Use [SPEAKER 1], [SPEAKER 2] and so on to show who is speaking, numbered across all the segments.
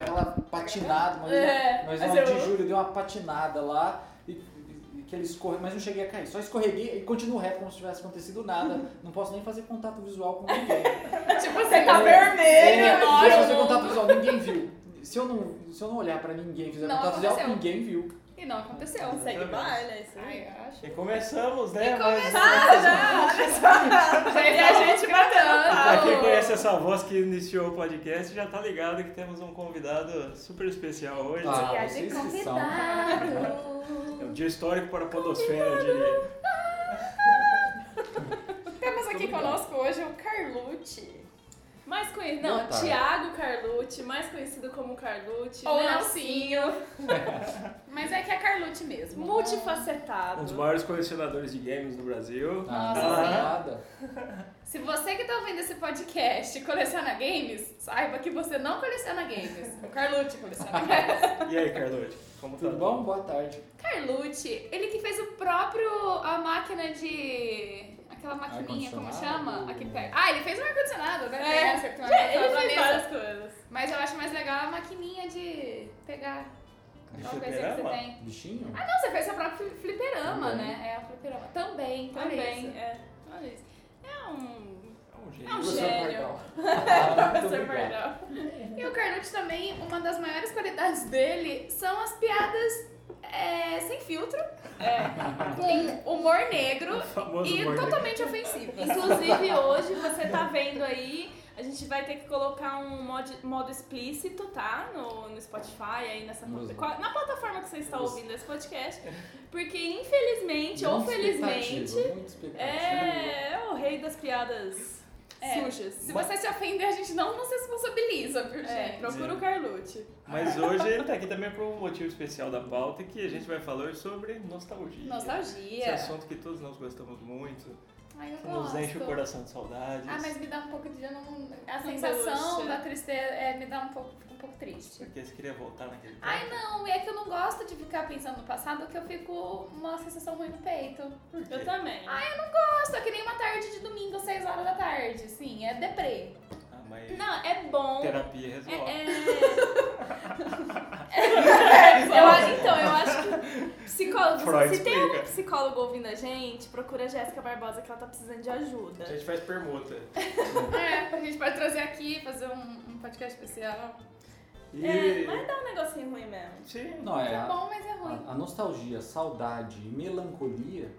[SPEAKER 1] Ela patinada, mas,
[SPEAKER 2] É,
[SPEAKER 1] mas
[SPEAKER 2] mas
[SPEAKER 1] não,
[SPEAKER 2] eu-
[SPEAKER 1] te juro, deu uma patinada lá e, e- e que ele escorre, mas não cheguei a cair, só escorreguei e continuo reto como se tivesse acontecido nada. Não posso nem fazer contato visual com ninguém.
[SPEAKER 2] Tipo,
[SPEAKER 3] assim,
[SPEAKER 2] você tá
[SPEAKER 3] né?
[SPEAKER 2] vermelho,
[SPEAKER 1] É, não posso fazer
[SPEAKER 2] lógico.
[SPEAKER 1] contato visual, ninguém viu. Se eu não, se eu não olhar pra ninguém e fizer
[SPEAKER 2] Não
[SPEAKER 1] contato visual,
[SPEAKER 2] aconteceu.
[SPEAKER 1] ninguém viu.
[SPEAKER 2] E não aconteceu.
[SPEAKER 4] Segue baile, é isso aí.
[SPEAKER 2] Ai, eu acho.
[SPEAKER 5] E começamos, né? Mas-
[SPEAKER 2] Mas a gente
[SPEAKER 5] Pra
[SPEAKER 1] Ah,
[SPEAKER 5] quem
[SPEAKER 2] matando.
[SPEAKER 5] conhece essa voz que iniciou o podcast, já tá ligado que temos um convidado super especial hoje.
[SPEAKER 1] Ah,
[SPEAKER 4] Viagem
[SPEAKER 1] vocês que são.
[SPEAKER 4] convidado.
[SPEAKER 5] É um dia histórico para a podosfera, eu diria.
[SPEAKER 2] Temos aqui conosco hoje o Carlucci.
[SPEAKER 3] Mais conhecido, não,
[SPEAKER 1] Opa.
[SPEAKER 3] Thiago Carlucci, mais conhecido como Carlucci, né?
[SPEAKER 2] Ou
[SPEAKER 3] Nelsinho,
[SPEAKER 2] Mas é que é Carlucci mesmo.
[SPEAKER 5] Um dos
[SPEAKER 3] multifacetado.
[SPEAKER 5] maiores colecionadores de games do Brasil.
[SPEAKER 1] Ah,
[SPEAKER 2] Nossa,
[SPEAKER 1] não,
[SPEAKER 2] sim.
[SPEAKER 1] nada.
[SPEAKER 2] Se você que tá ouvindo esse podcast coleciona games, saiba que você não coleciona games. O Carlucci coleciona games.
[SPEAKER 5] E aí, Carlote? Como tá?
[SPEAKER 1] Tudo bom? Boa tarde.
[SPEAKER 2] Carlucci, ele que fez o próprio. a máquina de. aquela maquininha, como
[SPEAKER 1] Ar-condicionado.
[SPEAKER 2] chama? Aqui pega. Ah, ele fez um ar-condicionado, né?
[SPEAKER 3] É,
[SPEAKER 2] acertou um
[SPEAKER 3] É, ele
[SPEAKER 2] ar-condicionado na
[SPEAKER 3] fez
[SPEAKER 2] mesa.
[SPEAKER 3] várias coisas.
[SPEAKER 2] Mas eu acho mais legal a maquininha de pegar aquela coisa que você
[SPEAKER 5] Fliperama?
[SPEAKER 2] tem.
[SPEAKER 1] Bichinho?
[SPEAKER 2] Ah, não, você fez seu próprio fliperama,
[SPEAKER 1] Também.
[SPEAKER 2] né? É, a fliperama. Também, olha isso.
[SPEAKER 3] Também, é. Olha isso. É um...
[SPEAKER 5] É um
[SPEAKER 3] É um
[SPEAKER 5] gênio.
[SPEAKER 1] Professor
[SPEAKER 3] gênio.
[SPEAKER 1] Pardal. Ah, muito
[SPEAKER 3] Professor
[SPEAKER 1] obrigado.
[SPEAKER 3] Pardal.
[SPEAKER 2] E o Carlucci também, uma das maiores qualidades dele são as piadas é, sem filtro, com humor negro
[SPEAKER 5] famoso né?
[SPEAKER 2] e
[SPEAKER 5] humor negro.
[SPEAKER 2] totalmente ofensivo.
[SPEAKER 3] Inclusive, hoje, você tá vendo aí, a gente vai ter que colocar um mod- modo explícito, tá? No, no Spotify, aí nessa...
[SPEAKER 1] Nos-
[SPEAKER 3] qual- na plataforma que você está
[SPEAKER 1] Nos-
[SPEAKER 3] ouvindo esse podcast. Porque, infelizmente ou
[SPEAKER 1] Muita
[SPEAKER 3] felizmente...
[SPEAKER 1] expectativa, muita expectativa.
[SPEAKER 3] É, é o rei das piadas
[SPEAKER 2] É.
[SPEAKER 3] sujas.
[SPEAKER 2] Se você se ofender, a gente não nos responsabiliza, viu,
[SPEAKER 3] É,
[SPEAKER 2] gente?
[SPEAKER 3] procura o Carlucci.
[SPEAKER 5] Mas hoje ele tá aqui também por um motivo especial da pauta que a gente vai falar hoje sobre nostalgia. Esse
[SPEAKER 2] Nostalgia.
[SPEAKER 5] assunto que todos nós gostamos muito,
[SPEAKER 2] Ai, eu
[SPEAKER 5] que nos enche o
[SPEAKER 2] gosto.
[SPEAKER 5] coração de saudades.
[SPEAKER 2] Ah, mas me dá um pouco de. eu não- A
[SPEAKER 3] Angústia.
[SPEAKER 2] sensação da tristeza é, me dá um pouco, fico um pouco triste.
[SPEAKER 5] Porque você queria voltar naquele tempo.
[SPEAKER 2] Ai, não, e é que eu não gosto de ficar pensando no passado que eu fico uma sensação ruim no peito.
[SPEAKER 5] Por quê?
[SPEAKER 3] Eu também.
[SPEAKER 2] Ai, eu não gosto, é que nem uma tarde de domingo, às 6 horas da tarde, sim, é deprê.
[SPEAKER 5] Ah, mas
[SPEAKER 3] Não, é bom.
[SPEAKER 5] terapia
[SPEAKER 3] É,
[SPEAKER 5] resolve.
[SPEAKER 3] é... Eu acho- então, eu acho que psicólogo,
[SPEAKER 5] Freud
[SPEAKER 3] se tem
[SPEAKER 5] explica.
[SPEAKER 3] um psicólogo ouvindo a gente, procura a Jéssica Barbosa que ela tá precisando de ajuda.
[SPEAKER 5] A gente faz permuta.
[SPEAKER 2] É, a gente pode trazer aqui, fazer um, um podcast especial.
[SPEAKER 5] E...
[SPEAKER 3] É, mas dá um negocinho ruim mesmo.
[SPEAKER 5] Sim.
[SPEAKER 1] Não, é,
[SPEAKER 2] É
[SPEAKER 1] a-
[SPEAKER 2] bom, mas é ruim.
[SPEAKER 1] A, a nostalgia, saudade e melancolia,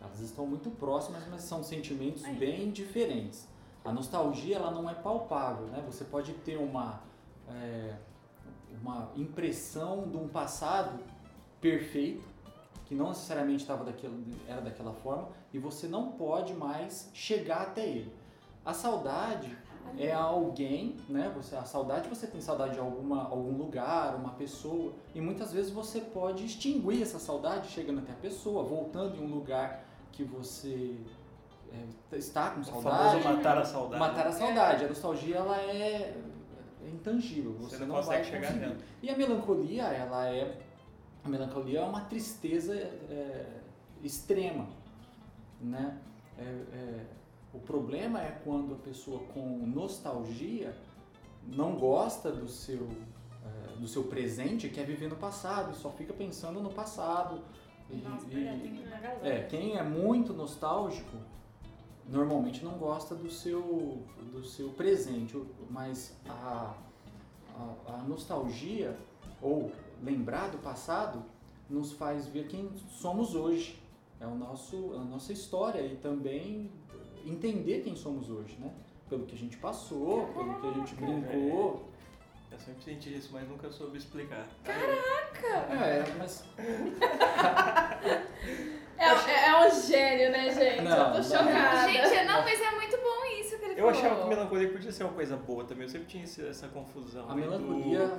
[SPEAKER 1] elas estão muito próximas, mas são sentimentos bem diferentes. A nostalgia, ela não é palpável, né? Você pode ter uma, é, uma impressão de um passado perfeito, que não necessariamente estava daquela, era daquela forma, e você não pode mais chegar até ele. A saudade é alguém, né? Você, a saudade, você tem saudade de alguma, algum lugar, uma pessoa, e muitas vezes você pode extinguir essa saudade chegando até a pessoa, voltando em um lugar que você é, está com
[SPEAKER 5] O
[SPEAKER 1] saudade.
[SPEAKER 5] famoso matar a saudade.
[SPEAKER 1] Matar a saudade. A nostalgia, ela é é intangível. Você,
[SPEAKER 5] Você não
[SPEAKER 1] vai
[SPEAKER 5] consegue chegar
[SPEAKER 1] conseguir.
[SPEAKER 5] nela.
[SPEAKER 1] E a melancolia, ela é... A melancolia é uma tristeza é, extrema, né? É, é, o problema é quando a pessoa com nostalgia não gosta do seu, é, do seu presente, quer viver no passado, e só fica pensando no passado. E-
[SPEAKER 2] Nossa,
[SPEAKER 1] e-
[SPEAKER 2] verdade, tem
[SPEAKER 1] é, quem é muito nostálgico normalmente não gosta do seu, do seu presente, mas a, a, a nostalgia ou lembrar do passado nos faz ver quem somos hoje. É o nosso, a nossa história e também entender quem somos hoje, né? Pelo que a gente passou, pelo que a gente brincou.
[SPEAKER 5] Eu sempre senti isso, mas nunca soube explicar.
[SPEAKER 1] É, mas
[SPEAKER 3] É, é, é um gênio, né, gente?
[SPEAKER 1] Não,
[SPEAKER 3] eu tô
[SPEAKER 2] um
[SPEAKER 1] não.
[SPEAKER 2] né,
[SPEAKER 3] chocada.
[SPEAKER 2] Gente, não, mas é muito bom isso que ele
[SPEAKER 3] ele
[SPEAKER 5] Eu
[SPEAKER 3] falou.
[SPEAKER 5] achava que melancolia podia ser uma coisa boa também. Eu sempre tinha esse- essa confusão.
[SPEAKER 1] A
[SPEAKER 5] aí do-
[SPEAKER 1] melancolia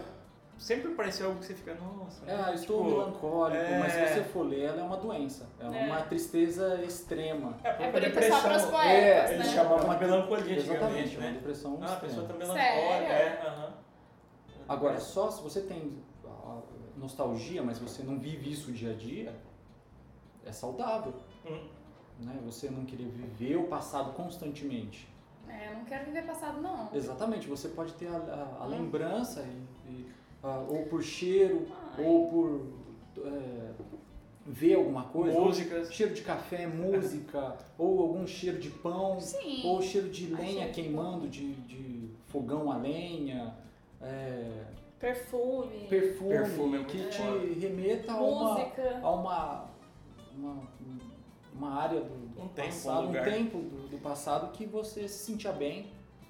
[SPEAKER 5] Sempre pareceu algo que você fica, nossa.
[SPEAKER 1] É,
[SPEAKER 5] né?
[SPEAKER 1] eu estou
[SPEAKER 5] Tipo,
[SPEAKER 1] melancólico,
[SPEAKER 5] é.
[SPEAKER 1] mas se você for ler, ela é uma doença. É,
[SPEAKER 3] É.
[SPEAKER 1] uma tristeza extrema.
[SPEAKER 5] É,
[SPEAKER 2] É
[SPEAKER 5] porque
[SPEAKER 2] bonito só para os
[SPEAKER 5] um-
[SPEAKER 2] poetas,
[SPEAKER 1] É,
[SPEAKER 5] Eles
[SPEAKER 1] né?
[SPEAKER 5] chamavam de melancolia
[SPEAKER 1] Exatamente,
[SPEAKER 5] antigamente,
[SPEAKER 1] é
[SPEAKER 5] né?
[SPEAKER 1] uma depressão
[SPEAKER 5] Ah, a pessoa
[SPEAKER 1] extrema.
[SPEAKER 5] tá melancólica, é, aham.
[SPEAKER 1] Agora, só se você tem ah, nostalgia, mas você não vive isso dia a dia, é saudável.
[SPEAKER 5] Hum.
[SPEAKER 1] Né? Você não querer viver o passado constantemente.
[SPEAKER 2] É, eu não quero viver passado, não.
[SPEAKER 1] Exatamente, você pode ter a, a- a lembrança, e, e, ah, ou por cheiro, ou por é, ver alguma coisa, ou
[SPEAKER 5] Músicas.
[SPEAKER 1] cheiro de café, música, ou algum cheiro de pão,
[SPEAKER 2] Sim.
[SPEAKER 1] ou cheiro de lenha
[SPEAKER 3] cheiro de
[SPEAKER 1] queimando, de, de fogão a lenha, é,
[SPEAKER 3] Perfume,
[SPEAKER 1] perfume,
[SPEAKER 5] Perfume é muito
[SPEAKER 1] que te
[SPEAKER 5] bom.
[SPEAKER 1] remeta a uma,
[SPEAKER 3] música.
[SPEAKER 1] a uma, uma, uma área do, do
[SPEAKER 5] Um tempo, um
[SPEAKER 1] passado, um
[SPEAKER 5] lugar.
[SPEAKER 1] tempo do, do passado que você se sentia bem.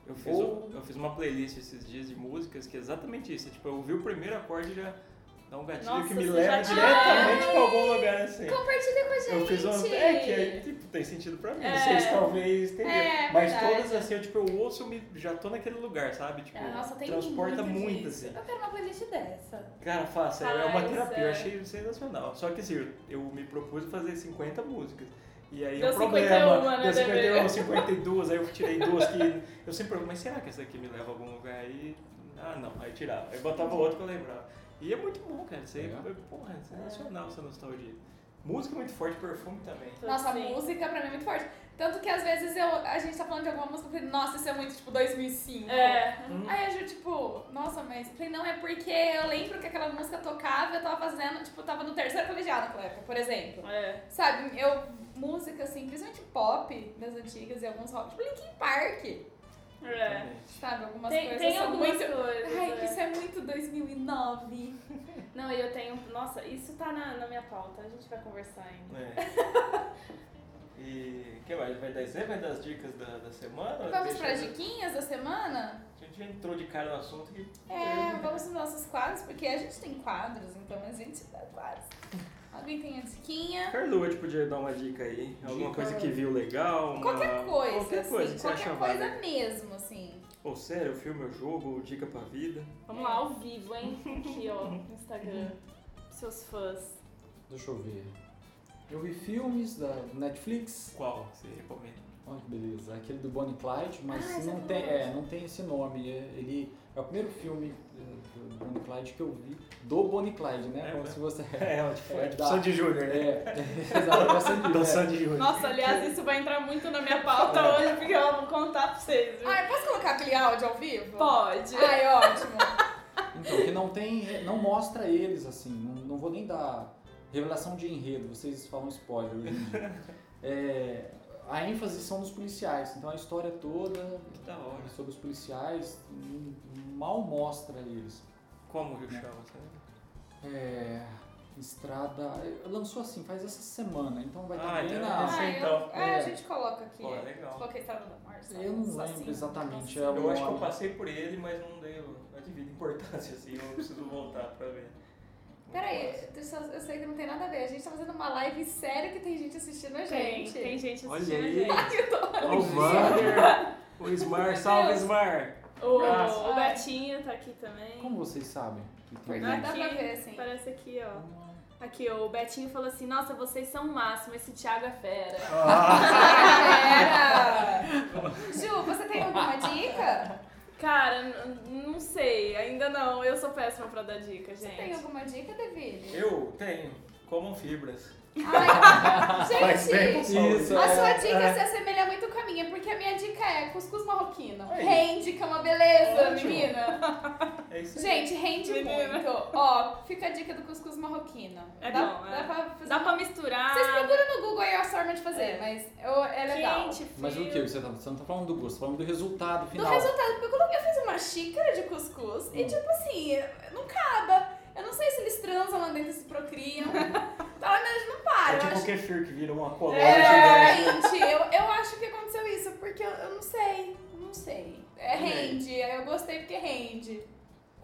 [SPEAKER 5] Eu fiz,
[SPEAKER 1] Ou-
[SPEAKER 5] eu fiz uma playlist esses dias de músicas que é exatamente isso. Tipo, eu ouvi o primeiro acorde e já dá um gatilho
[SPEAKER 3] Nossa,
[SPEAKER 5] que me
[SPEAKER 3] você
[SPEAKER 5] leva
[SPEAKER 3] já-
[SPEAKER 5] diretamente pra algum lugar assim.
[SPEAKER 2] Compartilha com a gente.
[SPEAKER 5] Eu fiz uma. É, que aí, tipo, tem sentido pra mim.
[SPEAKER 3] É.
[SPEAKER 5] Vocês talvez entenderam.
[SPEAKER 3] É,
[SPEAKER 5] Mas
[SPEAKER 3] verdade. É,
[SPEAKER 5] todas assim, eu, tipo, eu ouço e me- já tô naquele lugar, sabe? Tipo,
[SPEAKER 2] Ah, Nossa, tem
[SPEAKER 5] transporta
[SPEAKER 2] muito,
[SPEAKER 5] muito,
[SPEAKER 2] disso.
[SPEAKER 5] assim.
[SPEAKER 2] Eu quero uma playlist dessa.
[SPEAKER 5] Cara, faça, é uma
[SPEAKER 3] Faz,
[SPEAKER 5] terapia, eu
[SPEAKER 3] é.
[SPEAKER 5] achei sensacional. Só que assim, eu me propus a fazer 50 músicas. E aí
[SPEAKER 3] Deu
[SPEAKER 5] o problema,
[SPEAKER 3] 51, né,
[SPEAKER 5] deu 51,
[SPEAKER 3] bebê?
[SPEAKER 5] 52, aí eu tirei duas que. Eu sempre pergunto, mas será que essa aqui me leva a algum lugar? Aí. Ah não, aí tirava. Aí botava outra que eu lembrava. E é muito bom, cara. Isso aí,
[SPEAKER 1] Legal.
[SPEAKER 5] porra, é sensacional essa nostalgia. Música é muito forte, perfume também.
[SPEAKER 2] Nossa, a
[SPEAKER 3] Sim.
[SPEAKER 2] música pra mim é muito forte. Tanto que às vezes eu, a gente tá falando de alguma música, eu falei, nossa, isso é muito tipo 2005.
[SPEAKER 3] É.
[SPEAKER 2] Aí a Ju, tipo, nossa, mas. Eu Falei, não, é porque eu lembro que aquela música tocava, eu tava fazendo, tipo, eu tava no terceiro colegiado naquela época, por exemplo.
[SPEAKER 3] É.
[SPEAKER 2] Sabe, eu. Música, assim, principalmente pop das antigas e alguns rock, tipo Linkin Park,
[SPEAKER 3] É.
[SPEAKER 5] Também.
[SPEAKER 2] sabe? Algumas
[SPEAKER 3] Tem,
[SPEAKER 2] coisas.
[SPEAKER 3] tem
[SPEAKER 2] são
[SPEAKER 3] algumas
[SPEAKER 2] muito...
[SPEAKER 3] coisas.
[SPEAKER 2] Ai,
[SPEAKER 3] é.
[SPEAKER 2] isso é muito 2009.
[SPEAKER 3] Não, e eu tenho. Nossa, isso tá na, na minha pauta. A gente vai conversar ainda.
[SPEAKER 5] É. E o que mais? Vai dar exemplo? Vai dar as dicas da, da semana?
[SPEAKER 2] Vamos
[SPEAKER 5] Deixa-
[SPEAKER 2] para diquinhas da semana?
[SPEAKER 5] A gente já entrou de cara no assunto que.
[SPEAKER 2] É, vamos nos nossos quadros, porque a gente tem quadros, então a gente dá quadros. Alguém tem a diquinha?
[SPEAKER 5] Carlua, te podia dar uma dica aí? Alguma
[SPEAKER 1] Dica?
[SPEAKER 5] coisa que viu legal? uma-
[SPEAKER 2] Qualquer coisa,
[SPEAKER 5] Qualquer coisa
[SPEAKER 2] assim,
[SPEAKER 5] que você
[SPEAKER 2] qualquer
[SPEAKER 5] acha
[SPEAKER 2] coisa
[SPEAKER 5] válida.
[SPEAKER 2] mesmo, assim.
[SPEAKER 5] Ou sério, filme ou jogo, ou dica pra vida.
[SPEAKER 3] Vamos lá, ao vivo, hein? Aqui, ó, no Instagram.
[SPEAKER 5] Uhum.
[SPEAKER 3] Seus fãs.
[SPEAKER 1] Deixa eu ver. Eu vi filmes da Netflix.
[SPEAKER 5] Qual você recomenda?
[SPEAKER 1] Olha que beleza. Aquele do Bonnie e Clyde,
[SPEAKER 2] Ah,
[SPEAKER 1] mas
[SPEAKER 2] esse
[SPEAKER 1] não,
[SPEAKER 2] é
[SPEAKER 1] tem,
[SPEAKER 2] famoso.
[SPEAKER 1] é, não tem esse nome. É, Ele é o primeiro filme eh, do Bonnie e Clyde que eu vi do Bonnie e Clyde, né?
[SPEAKER 5] É,
[SPEAKER 1] Como
[SPEAKER 5] né?
[SPEAKER 1] se você.
[SPEAKER 5] É, onde foi?
[SPEAKER 1] É,
[SPEAKER 5] Tipo
[SPEAKER 1] dá.
[SPEAKER 5] Sandy Júnior, né?
[SPEAKER 1] É, exato, é o Sandy,
[SPEAKER 5] Do
[SPEAKER 1] né?
[SPEAKER 5] Sandy Júnior.
[SPEAKER 3] Nossa, aliás, isso vai entrar muito na minha pauta hoje, porque eu vou contar pra vocês, viu?
[SPEAKER 2] Ah, eu posso colocar aquele áudio ao vivo?
[SPEAKER 3] Pode.
[SPEAKER 2] Ai, ótimo.
[SPEAKER 1] Então, que não tem. Não mostra eles, assim. Não, não vou nem dar revelação de enredo, vocês falam spoiler hoje em dia. É, a ênfase são nos policiais, então a história toda
[SPEAKER 5] Que da hora.
[SPEAKER 1] sobre os policiais hum, mal mostra eles.
[SPEAKER 5] Como que chama, sabe?
[SPEAKER 1] É, estrada. Lançou assim, faz essa semana, então vai estar
[SPEAKER 5] Ah,
[SPEAKER 1] bem
[SPEAKER 5] então
[SPEAKER 1] na.
[SPEAKER 5] é
[SPEAKER 2] Ah, eu-
[SPEAKER 5] então.
[SPEAKER 2] é, a
[SPEAKER 1] É.
[SPEAKER 2] gente coloca aqui.
[SPEAKER 5] Pô,
[SPEAKER 2] é.
[SPEAKER 5] legal.
[SPEAKER 2] Coloquei Estrada da Morte.
[SPEAKER 1] Eu não lembro
[SPEAKER 2] assim.
[SPEAKER 1] exatamente. É
[SPEAKER 5] Eu
[SPEAKER 1] uma-
[SPEAKER 5] acho que eu passei por ele, mas não dei a devida importância, assim. Eu preciso voltar pra ver. Muito
[SPEAKER 2] Peraí,
[SPEAKER 5] massa.
[SPEAKER 2] deixa eu eu sei que não tem nada a ver. A gente tá fazendo uma live séria que tem gente assistindo a
[SPEAKER 3] Tem,
[SPEAKER 2] gente.
[SPEAKER 3] tem gente
[SPEAKER 5] Olha
[SPEAKER 3] assistindo a
[SPEAKER 5] aí.
[SPEAKER 2] tá
[SPEAKER 3] gente.
[SPEAKER 5] Olha o Smar. O Smar, salve
[SPEAKER 2] Deus.
[SPEAKER 5] Smar.
[SPEAKER 3] O,
[SPEAKER 5] Nossa.
[SPEAKER 3] o gatinho tá aqui também. Tá
[SPEAKER 1] Como vocês sabem? que tem
[SPEAKER 2] Não,
[SPEAKER 3] Aqui,
[SPEAKER 1] gente?
[SPEAKER 2] dá pra ver, assim.
[SPEAKER 3] Parece aqui, ó. Aqui, ó, o Betinho falou assim, nossa, vocês são o máximo, esse Thiago é fera.
[SPEAKER 2] Ah, galera! Ju, você tem alguma dica?
[SPEAKER 3] Cara, n- n- não sei, ainda não. Eu sou péssima pra dar dica,
[SPEAKER 2] Você tem
[SPEAKER 3] gente.
[SPEAKER 2] alguma dica, David?
[SPEAKER 5] Eu tenho. Comam fibras. É
[SPEAKER 2] Ai,
[SPEAKER 5] Faz bem pro
[SPEAKER 2] gente,
[SPEAKER 5] saúde.
[SPEAKER 1] Isso,
[SPEAKER 2] a sua
[SPEAKER 1] é.
[SPEAKER 2] dica se assemelha muito com a minha, porque a minha dica é cuscuz marroquino.
[SPEAKER 5] Aí.
[SPEAKER 2] Rende, que é uma beleza,
[SPEAKER 5] Ótimo.
[SPEAKER 2] menina.
[SPEAKER 5] É isso aí.
[SPEAKER 2] Gente, rende
[SPEAKER 3] Menina.
[SPEAKER 2] muito. Ó, fica a dica do cuscuz marroquino.
[SPEAKER 3] É
[SPEAKER 2] dá,
[SPEAKER 3] bom, é.
[SPEAKER 2] dá pra fazer.
[SPEAKER 3] Dá pra misturar.
[SPEAKER 2] Vocês procuram no Google aí a forma de fazer,
[SPEAKER 3] É.
[SPEAKER 2] mas eu- é legal.
[SPEAKER 3] Quente, frio.
[SPEAKER 1] Mas o que? Você, tá, você não tá falando do gosto, tá falando do resultado
[SPEAKER 2] Do
[SPEAKER 1] final.
[SPEAKER 2] resultado, porque eu coloquei, eu fiz uma xícara de cuscuz
[SPEAKER 5] Hum.
[SPEAKER 2] e, tipo assim, não acaba. Eu não sei se eles transam lá dentro e se procriam. Então, na verdade, não para.
[SPEAKER 5] É
[SPEAKER 2] eu
[SPEAKER 5] tipo o
[SPEAKER 2] acho...
[SPEAKER 5] kefir que vira uma colônia gigante.
[SPEAKER 2] É, gente, eu, eu acho que aconteceu isso, porque eu, eu não sei. Eu não sei. É
[SPEAKER 5] Também.
[SPEAKER 2] rende, eu gostei porque rende.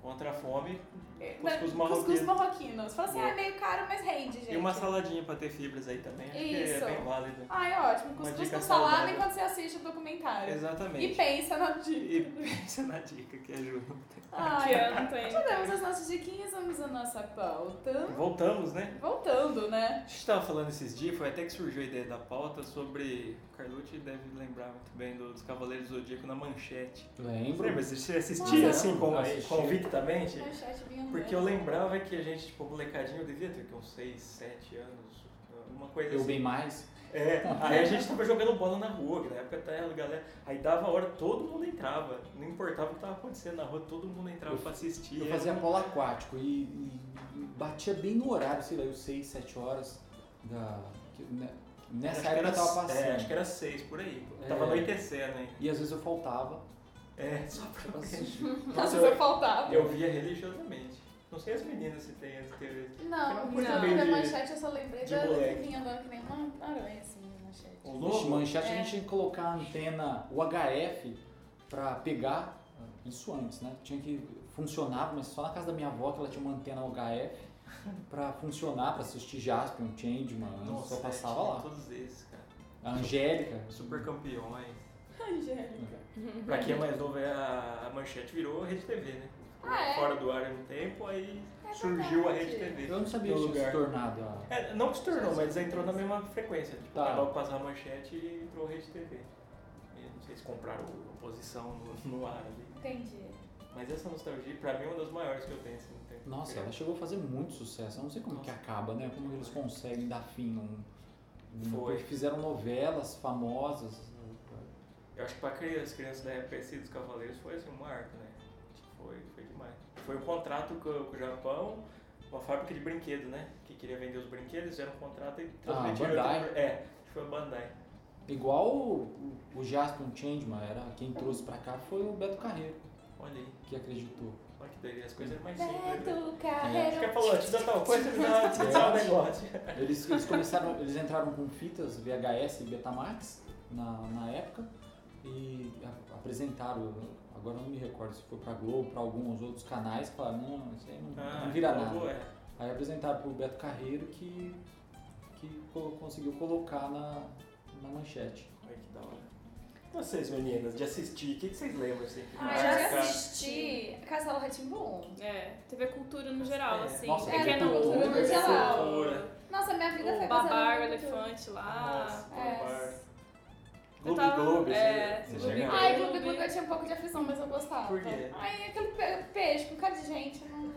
[SPEAKER 5] Contra a fome
[SPEAKER 2] É,
[SPEAKER 5] Cuscuz
[SPEAKER 2] não,
[SPEAKER 5] marroquino.
[SPEAKER 2] Cuscuz marroquino. Você fala assim, ah,
[SPEAKER 5] Boa.
[SPEAKER 2] é meio caro, mas rende, gente.
[SPEAKER 5] e uma saladinha pra ter fibras aí também. Acho que
[SPEAKER 2] Isso.
[SPEAKER 5] é bem válido.
[SPEAKER 2] Ai, ótimo.
[SPEAKER 5] Uma
[SPEAKER 2] Cuscuz
[SPEAKER 5] dica
[SPEAKER 2] com salada
[SPEAKER 5] saudável.
[SPEAKER 2] enquanto você assiste o documentário. E
[SPEAKER 5] Exatamente.
[SPEAKER 2] pensa na dica.
[SPEAKER 5] E pensa na dica que ajuda.
[SPEAKER 3] Que
[SPEAKER 2] Ai,
[SPEAKER 3] ano tem?
[SPEAKER 2] já demos as nossas diquinhas, vamos à nossa pauta.
[SPEAKER 5] Voltamos, né?
[SPEAKER 2] Voltando, né?
[SPEAKER 5] A gente tava falando esses dias, foi até que surgiu a ideia da pauta sobre. O Carlucci deve lembrar muito bem dos Cavaleiros do Zodíaco na manchete.
[SPEAKER 1] Lembro.
[SPEAKER 5] Lembra? Você assistia
[SPEAKER 2] Nossa.
[SPEAKER 5] assim com,
[SPEAKER 1] Assisti.
[SPEAKER 5] convictamente?
[SPEAKER 2] Manchete vinha
[SPEAKER 5] Porque
[SPEAKER 2] andando.
[SPEAKER 5] eu lembrava que a gente, tipo, molecadinho, eu devia ter que uns 6, 7 anos, alguma coisa
[SPEAKER 1] Eu
[SPEAKER 5] assim.
[SPEAKER 1] bem mais.
[SPEAKER 5] É, aí a gente tava jogando bola na rua, que na época tava a galera. Aí dava a hora, todo mundo entrava. Não importava o que tava acontecendo na rua, todo mundo entrava pra assistir.
[SPEAKER 1] Eu
[SPEAKER 5] era
[SPEAKER 1] fazia
[SPEAKER 5] um-
[SPEAKER 1] polo aquático e, e- e batia bem no horário, sei lá, eu 6, 7 horas da. que- né, Nessa
[SPEAKER 5] acho que
[SPEAKER 1] época
[SPEAKER 5] era,
[SPEAKER 1] eu tava passando.
[SPEAKER 5] É, acho que era 6 por aí.
[SPEAKER 1] É.
[SPEAKER 5] Tava anoitecendo aí.
[SPEAKER 1] E às vezes eu faltava
[SPEAKER 5] É, só
[SPEAKER 1] pra
[SPEAKER 5] pra você.
[SPEAKER 1] assistir.
[SPEAKER 2] Nossa,
[SPEAKER 5] eu-
[SPEAKER 2] eu faltava.
[SPEAKER 5] Eu via religiosamente. Não sei as meninas se tem as teorias.
[SPEAKER 2] Não,
[SPEAKER 5] Uma
[SPEAKER 2] não,
[SPEAKER 5] coisa
[SPEAKER 2] não.
[SPEAKER 5] meio
[SPEAKER 2] da
[SPEAKER 5] de-
[SPEAKER 2] manchete eu só lembrei
[SPEAKER 5] de
[SPEAKER 2] da que
[SPEAKER 5] moleque.
[SPEAKER 2] vinha andando que nem uma aranha, assim, na manchete.
[SPEAKER 5] O
[SPEAKER 1] Vixe,
[SPEAKER 5] lobo.
[SPEAKER 1] manchete a
[SPEAKER 2] É.
[SPEAKER 1] gente tinha que colocar a antena UHF pra pegar. Isso antes, né? Tinha que. Funcionava, mas só na casa da minha avó que ela tinha uma antena UHF pra funcionar, pra assistir Jaspion, Changeman,
[SPEAKER 5] é
[SPEAKER 1] só passava
[SPEAKER 5] tinha
[SPEAKER 1] lá. Uhum.
[SPEAKER 5] Todos esses, cara.
[SPEAKER 1] A Angélica.
[SPEAKER 5] tipo é Super campeões.
[SPEAKER 2] Angélica.
[SPEAKER 5] Pra quem é mais novo, é a a manchete virou a Rede TV, né? Ficou
[SPEAKER 2] Ah, é?
[SPEAKER 5] Fora do ar há um tempo, aí surgiu a Rede TV.
[SPEAKER 1] Eu não sabia que tinha se tornado a.
[SPEAKER 5] É, não que se tornou, mas entrou na mesma frequência. Tipo,
[SPEAKER 1] Tá.
[SPEAKER 5] acabou de passar a manchete e entrou a Rede TV. E não sei se compraram a posição no, no ar ali.
[SPEAKER 2] Entendi.
[SPEAKER 5] Mas essa nostalgia, pra mim, é uma das maiores que eu tenho. Assim, não tem-
[SPEAKER 1] Nossa, é ela chegou a fazer muito sucesso. Eu não sei como que acaba, né? Como eles conseguem dar fim um, num.
[SPEAKER 5] Foi. Uhum.
[SPEAKER 1] Foi. Fizeram novelas famosas.
[SPEAKER 5] Eu acho que pra cri- as crianças da época esse dos Cavaleiros foi assim, um marco, né? Foi, foi demais. Foi um contrato com, com o Japão, uma fábrica de brinquedos, né? Que queria vender os brinquedos, fizeram um contrato e transmitiram.
[SPEAKER 1] Ah, Bandai.
[SPEAKER 5] outro- É, foi a Bandai.
[SPEAKER 1] Igual o, o Jaspion Changeman, era quem trouxe pra cá foi o Beto Carreiro,
[SPEAKER 5] Olha aí,
[SPEAKER 1] que acreditou.
[SPEAKER 5] olha que doideira, as coisas eram mais simples. né?
[SPEAKER 2] Beto
[SPEAKER 5] Acho que
[SPEAKER 2] Carreiro.
[SPEAKER 5] ela falou, te dá tal coisa, te dá te dá um negócio.
[SPEAKER 1] Eles, eles começaram, eles entraram com fitas VHS e Betamax na, na época e a- apresentaram, agora eu não me recordo se foi pra Globo, pra alguns outros canais, falaram, não, isso aí não, não vira nada.
[SPEAKER 5] boa, é.
[SPEAKER 1] Aí apresentaram pro Beto Carreiro que, que co- conseguiu colocar na, na manchete.
[SPEAKER 5] Olha que da hora. Vocês, meninas, de assistir, o que, que vocês lembram assim? que
[SPEAKER 2] Ah,
[SPEAKER 5] marca?
[SPEAKER 2] já assisti Castelo Ratimbum.
[SPEAKER 3] É, TV Cultura no geral, assim.
[SPEAKER 1] Nossa,
[SPEAKER 3] é,
[SPEAKER 1] TV
[SPEAKER 2] Cultura no geral. Nossa, minha vida foi
[SPEAKER 3] O
[SPEAKER 2] baseada
[SPEAKER 3] babar, o
[SPEAKER 2] no-
[SPEAKER 3] elefante lá.
[SPEAKER 5] Nossa,
[SPEAKER 2] É.
[SPEAKER 5] Babar.
[SPEAKER 3] Eu
[SPEAKER 5] Globo
[SPEAKER 3] tava-
[SPEAKER 5] Globo, assim,
[SPEAKER 3] é,
[SPEAKER 5] você
[SPEAKER 3] Globo
[SPEAKER 5] chega-
[SPEAKER 3] Globo.
[SPEAKER 2] Ai, Globo Globo, eu tinha um pouco de aflição, mas eu gostava.
[SPEAKER 5] Por quê?
[SPEAKER 2] Ai, aquele pe- peixe com cara de gente. não-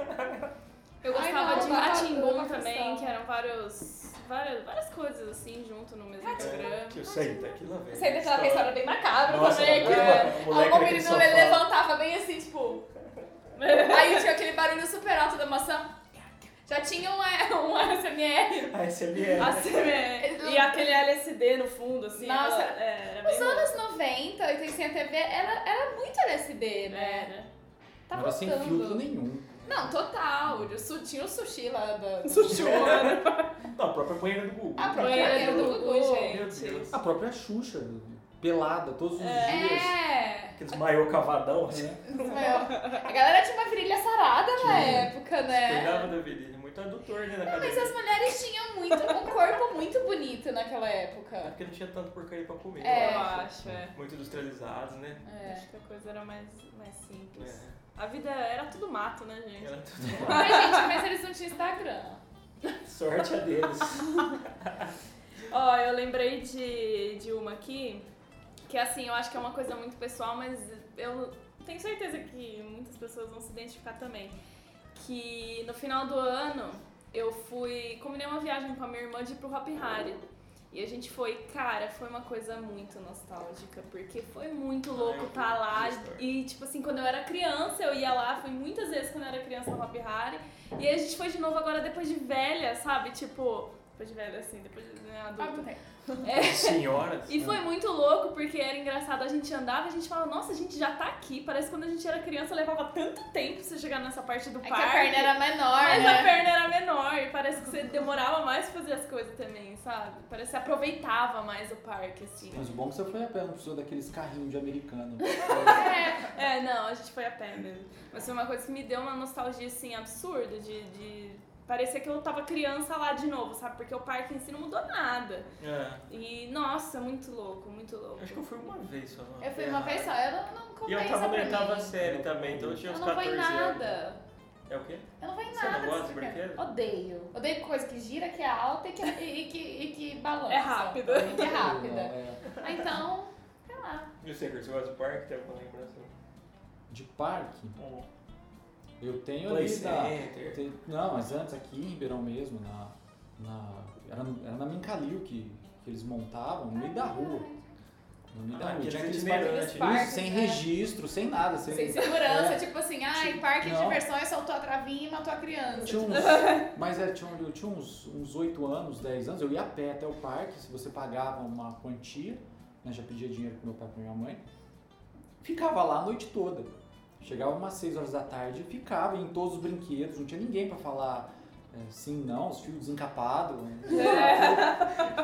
[SPEAKER 3] Eu
[SPEAKER 2] Ai,
[SPEAKER 3] gostava
[SPEAKER 2] não,
[SPEAKER 3] de
[SPEAKER 2] Babar,
[SPEAKER 3] Ratimbum
[SPEAKER 2] Babar,
[SPEAKER 3] também,
[SPEAKER 2] Babar.
[SPEAKER 3] que eram vários, várias, várias coisas assim junto no mesmo programa.
[SPEAKER 5] Que eu sei, daqui lá vem.
[SPEAKER 2] Sei daquela que a história bem macabra
[SPEAKER 5] Nossa,
[SPEAKER 2] também. Que
[SPEAKER 5] bem macabra. O moleque
[SPEAKER 2] o
[SPEAKER 5] naquele
[SPEAKER 2] menino
[SPEAKER 5] sofá.
[SPEAKER 2] ele levantava bem assim, tipo. Aí tinha aquele barulho super alto da maçã. Já tinha um, é, um ASMR.
[SPEAKER 5] A SMR.
[SPEAKER 3] Assim, é. E aquele LSD no fundo, assim.
[SPEAKER 2] Nossa,
[SPEAKER 3] ela- é, era bem
[SPEAKER 2] Os anos 90, 80 TV, era, era muito LSD,
[SPEAKER 3] bom.
[SPEAKER 2] né?
[SPEAKER 3] Era.
[SPEAKER 2] Tá
[SPEAKER 1] não era sem
[SPEAKER 2] voltando.
[SPEAKER 1] assim, filtro nenhum.
[SPEAKER 2] Não, total. O su- Tinha o sushi lá da.
[SPEAKER 3] Joana.
[SPEAKER 5] Não, a própria banheira do Google.
[SPEAKER 2] A própria
[SPEAKER 3] né? Banheira do
[SPEAKER 2] banheira do
[SPEAKER 3] Gugu,
[SPEAKER 2] Gugu.
[SPEAKER 5] Meu
[SPEAKER 3] gente.
[SPEAKER 5] Deus.
[SPEAKER 1] A própria Xuxa, pelada todos os dias. É.
[SPEAKER 2] É.
[SPEAKER 5] Aqueles maiô cavadão, assim.
[SPEAKER 2] Meu, a galera tinha uma virilha sarada na época, né?
[SPEAKER 5] Cuidava da virilha. Muito adutor, né, na
[SPEAKER 2] Não, mas
[SPEAKER 5] cabeça.
[SPEAKER 2] as mulheres tinham muito, um corpo muito bonito naquela
[SPEAKER 5] É
[SPEAKER 2] época.
[SPEAKER 5] porque não tinha tanto porcaria pra comer.
[SPEAKER 2] É.
[SPEAKER 5] eu
[SPEAKER 3] Eu
[SPEAKER 5] acho.
[SPEAKER 3] acho, é.
[SPEAKER 5] Muito industrializados, né?
[SPEAKER 2] É.
[SPEAKER 3] Acho que a coisa era mais, mais simples.
[SPEAKER 5] É.
[SPEAKER 3] A vida era tudo mato, né, gente?
[SPEAKER 5] Era tudo
[SPEAKER 2] Mas, gente, mas eles não tinham Instagram.
[SPEAKER 5] Sorte a deles.
[SPEAKER 3] Ó, eu lembrei de, de uma aqui, que assim, eu acho que é uma coisa muito pessoal, mas eu tenho certeza que muitas pessoas vão se identificar também. Que no final do ano eu fui. Combinei uma viagem com a minha irmã de ir pro Hop Hari. E a gente foi, cara, foi uma coisa muito nostálgica, porque foi muito
[SPEAKER 5] Ah,
[SPEAKER 3] louco
[SPEAKER 5] eu
[SPEAKER 3] tá lá.
[SPEAKER 5] vi essa história.
[SPEAKER 3] E, tipo assim, quando eu era criança, eu ia lá, fui muitas vezes quando eu era criança no Hop Hari. E a gente foi de novo agora depois de velha, sabe? Tipo, Depois de velho, assim, depois de né,
[SPEAKER 2] Abre um
[SPEAKER 3] adulto.
[SPEAKER 2] tempo.
[SPEAKER 5] Senhoras.
[SPEAKER 3] E foi muito louco, porque era engraçado. A gente andava e a gente falava, nossa, a gente já tá aqui. Parece que quando a gente era criança levava tanto tempo pra você chegar nessa parte do
[SPEAKER 2] É que
[SPEAKER 3] parque.
[SPEAKER 2] a perna era menor,
[SPEAKER 3] Mas
[SPEAKER 2] né?
[SPEAKER 3] a perna era menor e parece que você demorava mais pra fazer as coisas também, sabe? Parece que você aproveitava mais o parque, assim.
[SPEAKER 1] Mas o bom é que você foi a pé, não precisou daqueles carrinhos de americano.
[SPEAKER 3] É, não, a gente foi a pé mesmo. Mas foi uma coisa que me deu uma nostalgia, assim, absurda de... de... Parecia que eu tava criança lá de novo, sabe? Porque o parque em si não mudou nada.
[SPEAKER 5] É.
[SPEAKER 3] E, nossa, muito louco, muito louco.
[SPEAKER 5] Acho que eu fui uma vez só. não.
[SPEAKER 2] é. Eu fui uma vez só, eu não, não
[SPEAKER 5] E
[SPEAKER 2] compensa
[SPEAKER 5] eu tava na
[SPEAKER 2] pra
[SPEAKER 5] oitava
[SPEAKER 2] mim.
[SPEAKER 5] série também, então eu tinha
[SPEAKER 2] Eu
[SPEAKER 5] uns
[SPEAKER 2] não vou
[SPEAKER 5] 14
[SPEAKER 2] em
[SPEAKER 5] anos.
[SPEAKER 2] nada.
[SPEAKER 5] É o quê?
[SPEAKER 2] Eu não vou em
[SPEAKER 5] Você não
[SPEAKER 2] nada.
[SPEAKER 5] gosta de
[SPEAKER 2] sabe?
[SPEAKER 5] brinquedo?
[SPEAKER 2] Odeio. Odeio coisa que gira, que é alta e que, e, que, e que balança.
[SPEAKER 3] É rápido.
[SPEAKER 2] E que é rápida.
[SPEAKER 1] É,
[SPEAKER 2] Ah, Então, sei lá.
[SPEAKER 5] E você, Cris, você gosta de parque? Tem alguma lembrança?
[SPEAKER 1] de parque,
[SPEAKER 5] Um
[SPEAKER 1] eu tenho
[SPEAKER 5] Play
[SPEAKER 1] ali da-
[SPEAKER 5] Center.
[SPEAKER 1] Tem- Não, mas antes aqui em Ribeirão mesmo, na, na, era, no- era na Mincalil que, que eles montavam, no meio da rua. No meio da
[SPEAKER 5] Ah,
[SPEAKER 1] rua.
[SPEAKER 5] aqueles
[SPEAKER 1] Tinha aqueles
[SPEAKER 5] itinerantes.
[SPEAKER 1] bagulhos
[SPEAKER 2] Parques,
[SPEAKER 1] sem
[SPEAKER 2] né?
[SPEAKER 1] registro, sem nada. Sem,
[SPEAKER 2] Sem segurança,
[SPEAKER 1] É.
[SPEAKER 2] tipo assim, ai, parque de
[SPEAKER 1] Não.
[SPEAKER 2] diversões soltou a travinha e matou a criança.
[SPEAKER 1] Tinha uns, mas é, tinha, eu tinha uns, uns 8 anos, 10 anos, eu ia a pé até o parque, se você pagava uma quantia, né, já pedia dinheiro pro meu pai e pra minha mãe, ficava lá a noite toda. Chegava umas 6 horas da tarde e ficava em todos os brinquedos, não tinha ninguém pra falar é, sim, não, os fios desencapados. né?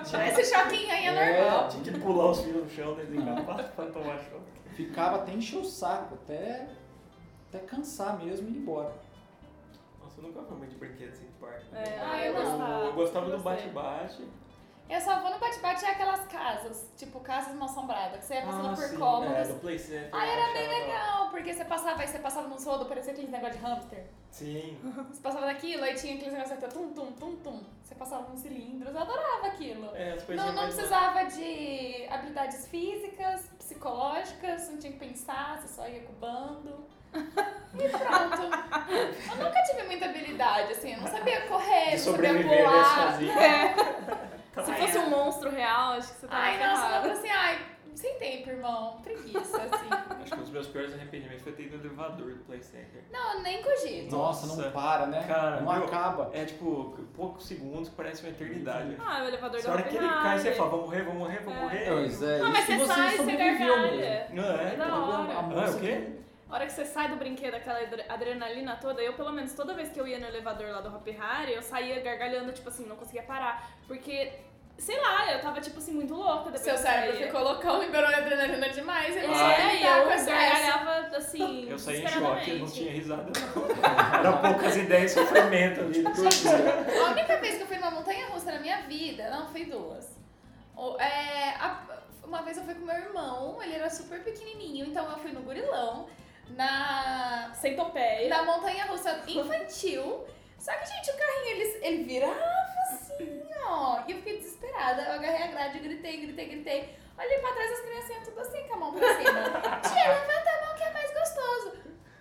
[SPEAKER 2] Tipo, Esse choquinho aí é,
[SPEAKER 1] É.
[SPEAKER 2] normal.
[SPEAKER 5] Tinha que pular os filhos no chão, né, desencapados pra tomar chão.
[SPEAKER 1] Ficava até encher o saco, até, até cansar mesmo e ir embora.
[SPEAKER 5] Nossa, eu nunca fui muito de brinquedo assim de parque.
[SPEAKER 3] É,
[SPEAKER 2] Ah, eu
[SPEAKER 3] gostava.
[SPEAKER 5] eu gostava do
[SPEAKER 3] Gostei.
[SPEAKER 5] bate-bate.
[SPEAKER 2] Eu só vou no bate-bate é aquelas casas, tipo casas mal assombradas, que você ia passando
[SPEAKER 5] Ah,
[SPEAKER 2] por
[SPEAKER 5] sim, É,
[SPEAKER 2] cômodos.
[SPEAKER 5] do Play Center.
[SPEAKER 2] Ah, era bem
[SPEAKER 5] achava-
[SPEAKER 2] legal, porque você passava, aí você passava num rodo, parecia aquele negócio de hamster.
[SPEAKER 5] Sim.
[SPEAKER 2] Você passava daquilo, aí tinha aqueles negócios até tum, tum, tum, tum. Você passava nos cilindros, eu adorava aquilo.
[SPEAKER 5] É, as coisinhas
[SPEAKER 2] Não, não
[SPEAKER 5] mais-
[SPEAKER 2] precisava de habilidades físicas, psicológicas, não tinha que pensar, você só ia cubando. E pronto. Eu nunca tive muita habilidade, assim, eu não sabia
[SPEAKER 5] De
[SPEAKER 2] correr, não sabia
[SPEAKER 5] sobreviver né,
[SPEAKER 2] pular.
[SPEAKER 5] sozinho.
[SPEAKER 3] Se fosse um monstro real, acho que você tava
[SPEAKER 2] Ai, nossa, eu
[SPEAKER 3] ferrado.
[SPEAKER 2] falei assim, ai, sem tempo, irmão. Preguiça, assim.
[SPEAKER 5] Acho que um dos meus piores arrependimentos foi ter ido no elevador do Play Center.
[SPEAKER 2] Não, eu nem cogito.
[SPEAKER 1] Nossa,
[SPEAKER 5] Nossa,
[SPEAKER 1] não para, né?
[SPEAKER 5] cara,
[SPEAKER 1] não
[SPEAKER 5] meu,
[SPEAKER 1] acaba.
[SPEAKER 5] É tipo, poucos segundos que parece uma eternidade.
[SPEAKER 3] Ah, o elevador
[SPEAKER 5] Na
[SPEAKER 3] da
[SPEAKER 5] hora que ele cai, você
[SPEAKER 3] Oppenheimer.
[SPEAKER 5] fala, vamos morrer, vamos morrer, vamos
[SPEAKER 3] É.
[SPEAKER 5] morrer.
[SPEAKER 1] Pois é,
[SPEAKER 3] Ah, mas
[SPEAKER 1] isso que
[SPEAKER 3] você sai, você
[SPEAKER 1] sobreviveu mesmo.
[SPEAKER 3] gargalha.
[SPEAKER 5] Não é?
[SPEAKER 3] É da
[SPEAKER 5] Então,
[SPEAKER 3] hora.
[SPEAKER 1] A
[SPEAKER 5] Ah,
[SPEAKER 1] moça
[SPEAKER 5] o quê?
[SPEAKER 1] que-
[SPEAKER 3] A hora que você sai do brinquedo, aquela adre- adrenalina toda, eu pelo menos toda vez que eu ia no elevador lá do Happy Harry, eu saía gargalhando, tipo assim, não conseguia parar. Porque, sei lá, eu tava tipo assim, muito louca depois.
[SPEAKER 2] Seu
[SPEAKER 3] que eu
[SPEAKER 2] cérebro
[SPEAKER 3] saía.
[SPEAKER 2] ficou loucão, liberou a adrenalina demais. Ele não sabe
[SPEAKER 3] É, e
[SPEAKER 2] lidar
[SPEAKER 3] eu
[SPEAKER 2] com essa-
[SPEAKER 3] gargalhava assim.
[SPEAKER 5] então, Eu saí em choque, não
[SPEAKER 3] desesperadamente.
[SPEAKER 5] tinha risada. não. Era poucas ideias e sofrimento ali. tortura.
[SPEAKER 2] A única vez que eu fui numa montanha russa na minha vida, não, foi duas. O- é, a- uma vez eu fui com meu irmão, ele era super pequenininho, então eu fui no gurilão, na,
[SPEAKER 3] Centopeia.
[SPEAKER 2] na montanha russa infantil. Só que, gente, o carrinho ele, ele virava assim, ó. E eu fiquei desesperada. Eu agarrei a grade, gritei, gritei, gritei. Olhei pra trás, as criancinhas tudo assim, com a mão pra cima. Tia, levanta a mão que é mais gostoso.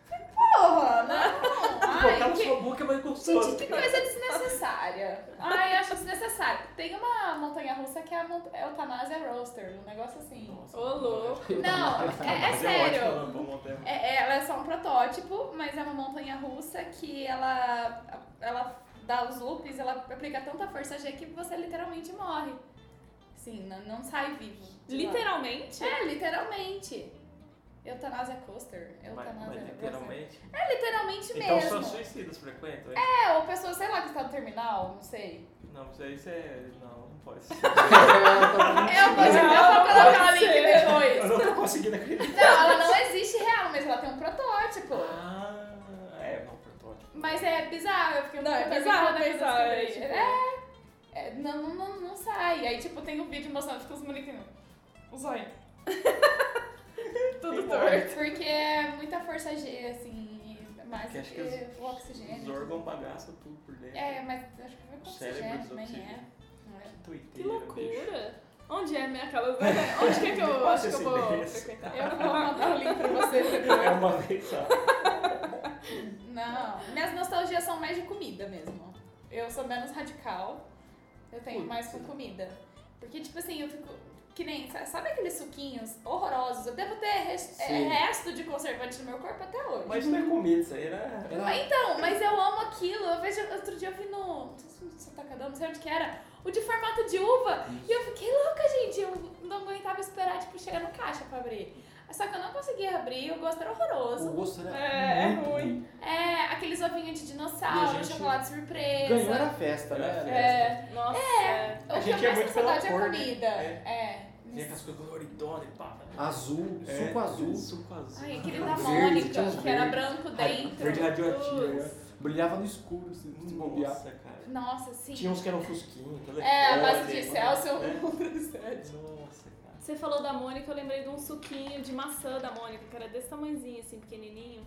[SPEAKER 2] Falei, porra, não.
[SPEAKER 5] Colocar
[SPEAKER 2] Ai,
[SPEAKER 5] na
[SPEAKER 2] que,
[SPEAKER 5] sua boca é mais gostoso.
[SPEAKER 2] Gente, que coisa desnecessária. Ai, acho desnecessário. Tem uma montanha russa que é a mont- é Eutanásia Roaster, um negócio assim.
[SPEAKER 5] Nossa,
[SPEAKER 3] Ô, louco.
[SPEAKER 2] Não, é, é
[SPEAKER 5] Mas
[SPEAKER 2] sério.
[SPEAKER 5] ótimo, né, pra montar.
[SPEAKER 2] É- ela é só um protótipo, mas é uma montanha russa que ela, ela dá os loops, ela aplica tanta força G que você literalmente morre. Sim, não, não sai vivo. de lá.
[SPEAKER 3] Literalmente?
[SPEAKER 2] É, literalmente. Eutanásia coaster.
[SPEAKER 5] Mas-
[SPEAKER 2] Eutanásia
[SPEAKER 5] mas
[SPEAKER 2] coaster.
[SPEAKER 5] literalmente.
[SPEAKER 2] É literalmente
[SPEAKER 5] Então
[SPEAKER 2] mesmo.
[SPEAKER 5] só suicidas frequentam, hein?
[SPEAKER 2] É, ou pessoa, sei lá, que está no terminal, não sei.
[SPEAKER 5] Não, mas aí você é. Não, não pode ser.
[SPEAKER 2] Eu vou,
[SPEAKER 3] Não,
[SPEAKER 2] eu vou colocar o
[SPEAKER 3] pode
[SPEAKER 2] link
[SPEAKER 3] ser.
[SPEAKER 5] Eu
[SPEAKER 2] depois.
[SPEAKER 5] não tô conseguindo acreditar.
[SPEAKER 2] Não, ela não existe real, mas ela tem um protótipo.
[SPEAKER 5] Ah, é, não, protótipo.
[SPEAKER 2] Mas é bizarro, eu fiquei um
[SPEAKER 3] Não, é
[SPEAKER 2] pouco
[SPEAKER 3] bizarro,
[SPEAKER 2] atormentada
[SPEAKER 3] é bizarro,
[SPEAKER 2] quando eu
[SPEAKER 3] é
[SPEAKER 2] descobri.
[SPEAKER 3] tipo-
[SPEAKER 2] É, é, não, não, não, não sai. Aí, tipo, tem um vídeo mostrando, fica os molequinhos. Os olhos.
[SPEAKER 3] Tudo torto.
[SPEAKER 2] Porque é muita força G, assim, mas
[SPEAKER 5] Que acho que
[SPEAKER 2] é, o oxigênio.
[SPEAKER 5] Os órgãos bagaçam tudo por dentro.
[SPEAKER 2] É, mas acho que foi com
[SPEAKER 5] O cérebro
[SPEAKER 2] oxigênio também, é.
[SPEAKER 5] desoxigena.
[SPEAKER 2] Não é.
[SPEAKER 5] Tuiteira,
[SPEAKER 3] Que
[SPEAKER 5] bicho.
[SPEAKER 3] loucura. Onde é minha casa? Onde que é que eu
[SPEAKER 5] Passa
[SPEAKER 3] acho que eu
[SPEAKER 5] esse
[SPEAKER 3] vou
[SPEAKER 5] endereço.
[SPEAKER 3] frequentar?
[SPEAKER 2] Eu vou mandar o link pra você
[SPEAKER 5] É
[SPEAKER 2] depois.
[SPEAKER 5] uma vez só.
[SPEAKER 2] Não, minhas nostalgias são mais de comida mesmo. Eu sou menos radical, eu tenho mais com comida. Porque, tipo assim, eu fico. Que nem. sa- Sabe aqueles suquinhos horrorosos? Eu devo ter res- é,
[SPEAKER 1] Sim.
[SPEAKER 2] resto de conservante no meu corpo até hoje.
[SPEAKER 5] Mas isso não é comida, isso aí era.
[SPEAKER 1] Era-
[SPEAKER 2] Então, mas eu amo aquilo. Eu vejo. Outro dia eu vi no. Sotacadão, não sei onde que era, o de formato de uva. E eu fiquei louca, gente. Eu não aguentava esperar, tipo, chegar no caixa pra abrir. Só que eu não conseguia abrir, o gosto era
[SPEAKER 1] O
[SPEAKER 2] horroroso.
[SPEAKER 1] gosto era
[SPEAKER 3] É,
[SPEAKER 1] muito
[SPEAKER 3] é
[SPEAKER 1] ruim.
[SPEAKER 2] É, aqueles ovinhos de
[SPEAKER 1] E a
[SPEAKER 2] dinossauro,
[SPEAKER 1] gente
[SPEAKER 2] chocolate surpresa.
[SPEAKER 1] Ganhou era festa, né?
[SPEAKER 5] Era
[SPEAKER 3] É, nossa. É.
[SPEAKER 2] O
[SPEAKER 5] A
[SPEAKER 2] que
[SPEAKER 5] gente ia
[SPEAKER 2] eu mais tenho
[SPEAKER 5] muito pela
[SPEAKER 2] saudade é a
[SPEAKER 5] cor, né?
[SPEAKER 2] comida.
[SPEAKER 5] É.
[SPEAKER 2] É.
[SPEAKER 5] Tinha aquelas coisas coloridona e pá. tá
[SPEAKER 1] Azul,
[SPEAKER 5] É,
[SPEAKER 1] suco azul.
[SPEAKER 5] Suco azul.
[SPEAKER 2] Ai, aquele da
[SPEAKER 1] Verde, tinha uns
[SPEAKER 2] Mônica, que era
[SPEAKER 1] verde.
[SPEAKER 2] branco
[SPEAKER 1] Ai,
[SPEAKER 2] dentro.
[SPEAKER 5] Verde radioativo.
[SPEAKER 3] Putz.
[SPEAKER 5] né?
[SPEAKER 1] Brilhava no escuro,
[SPEAKER 5] assim,
[SPEAKER 1] se se bobear.
[SPEAKER 5] Nossa, cara.
[SPEAKER 2] Nossa, sim.
[SPEAKER 5] Tinha uns que eram fusquinho, tá
[SPEAKER 2] É, um a
[SPEAKER 5] legal,
[SPEAKER 2] base de
[SPEAKER 5] né?
[SPEAKER 2] Celso.
[SPEAKER 5] Nossa, cara.
[SPEAKER 3] Você falou da Mônica, eu lembrei de um suquinho de maçã da Mônica, que era desse tamanhozinho, assim, pequenininho.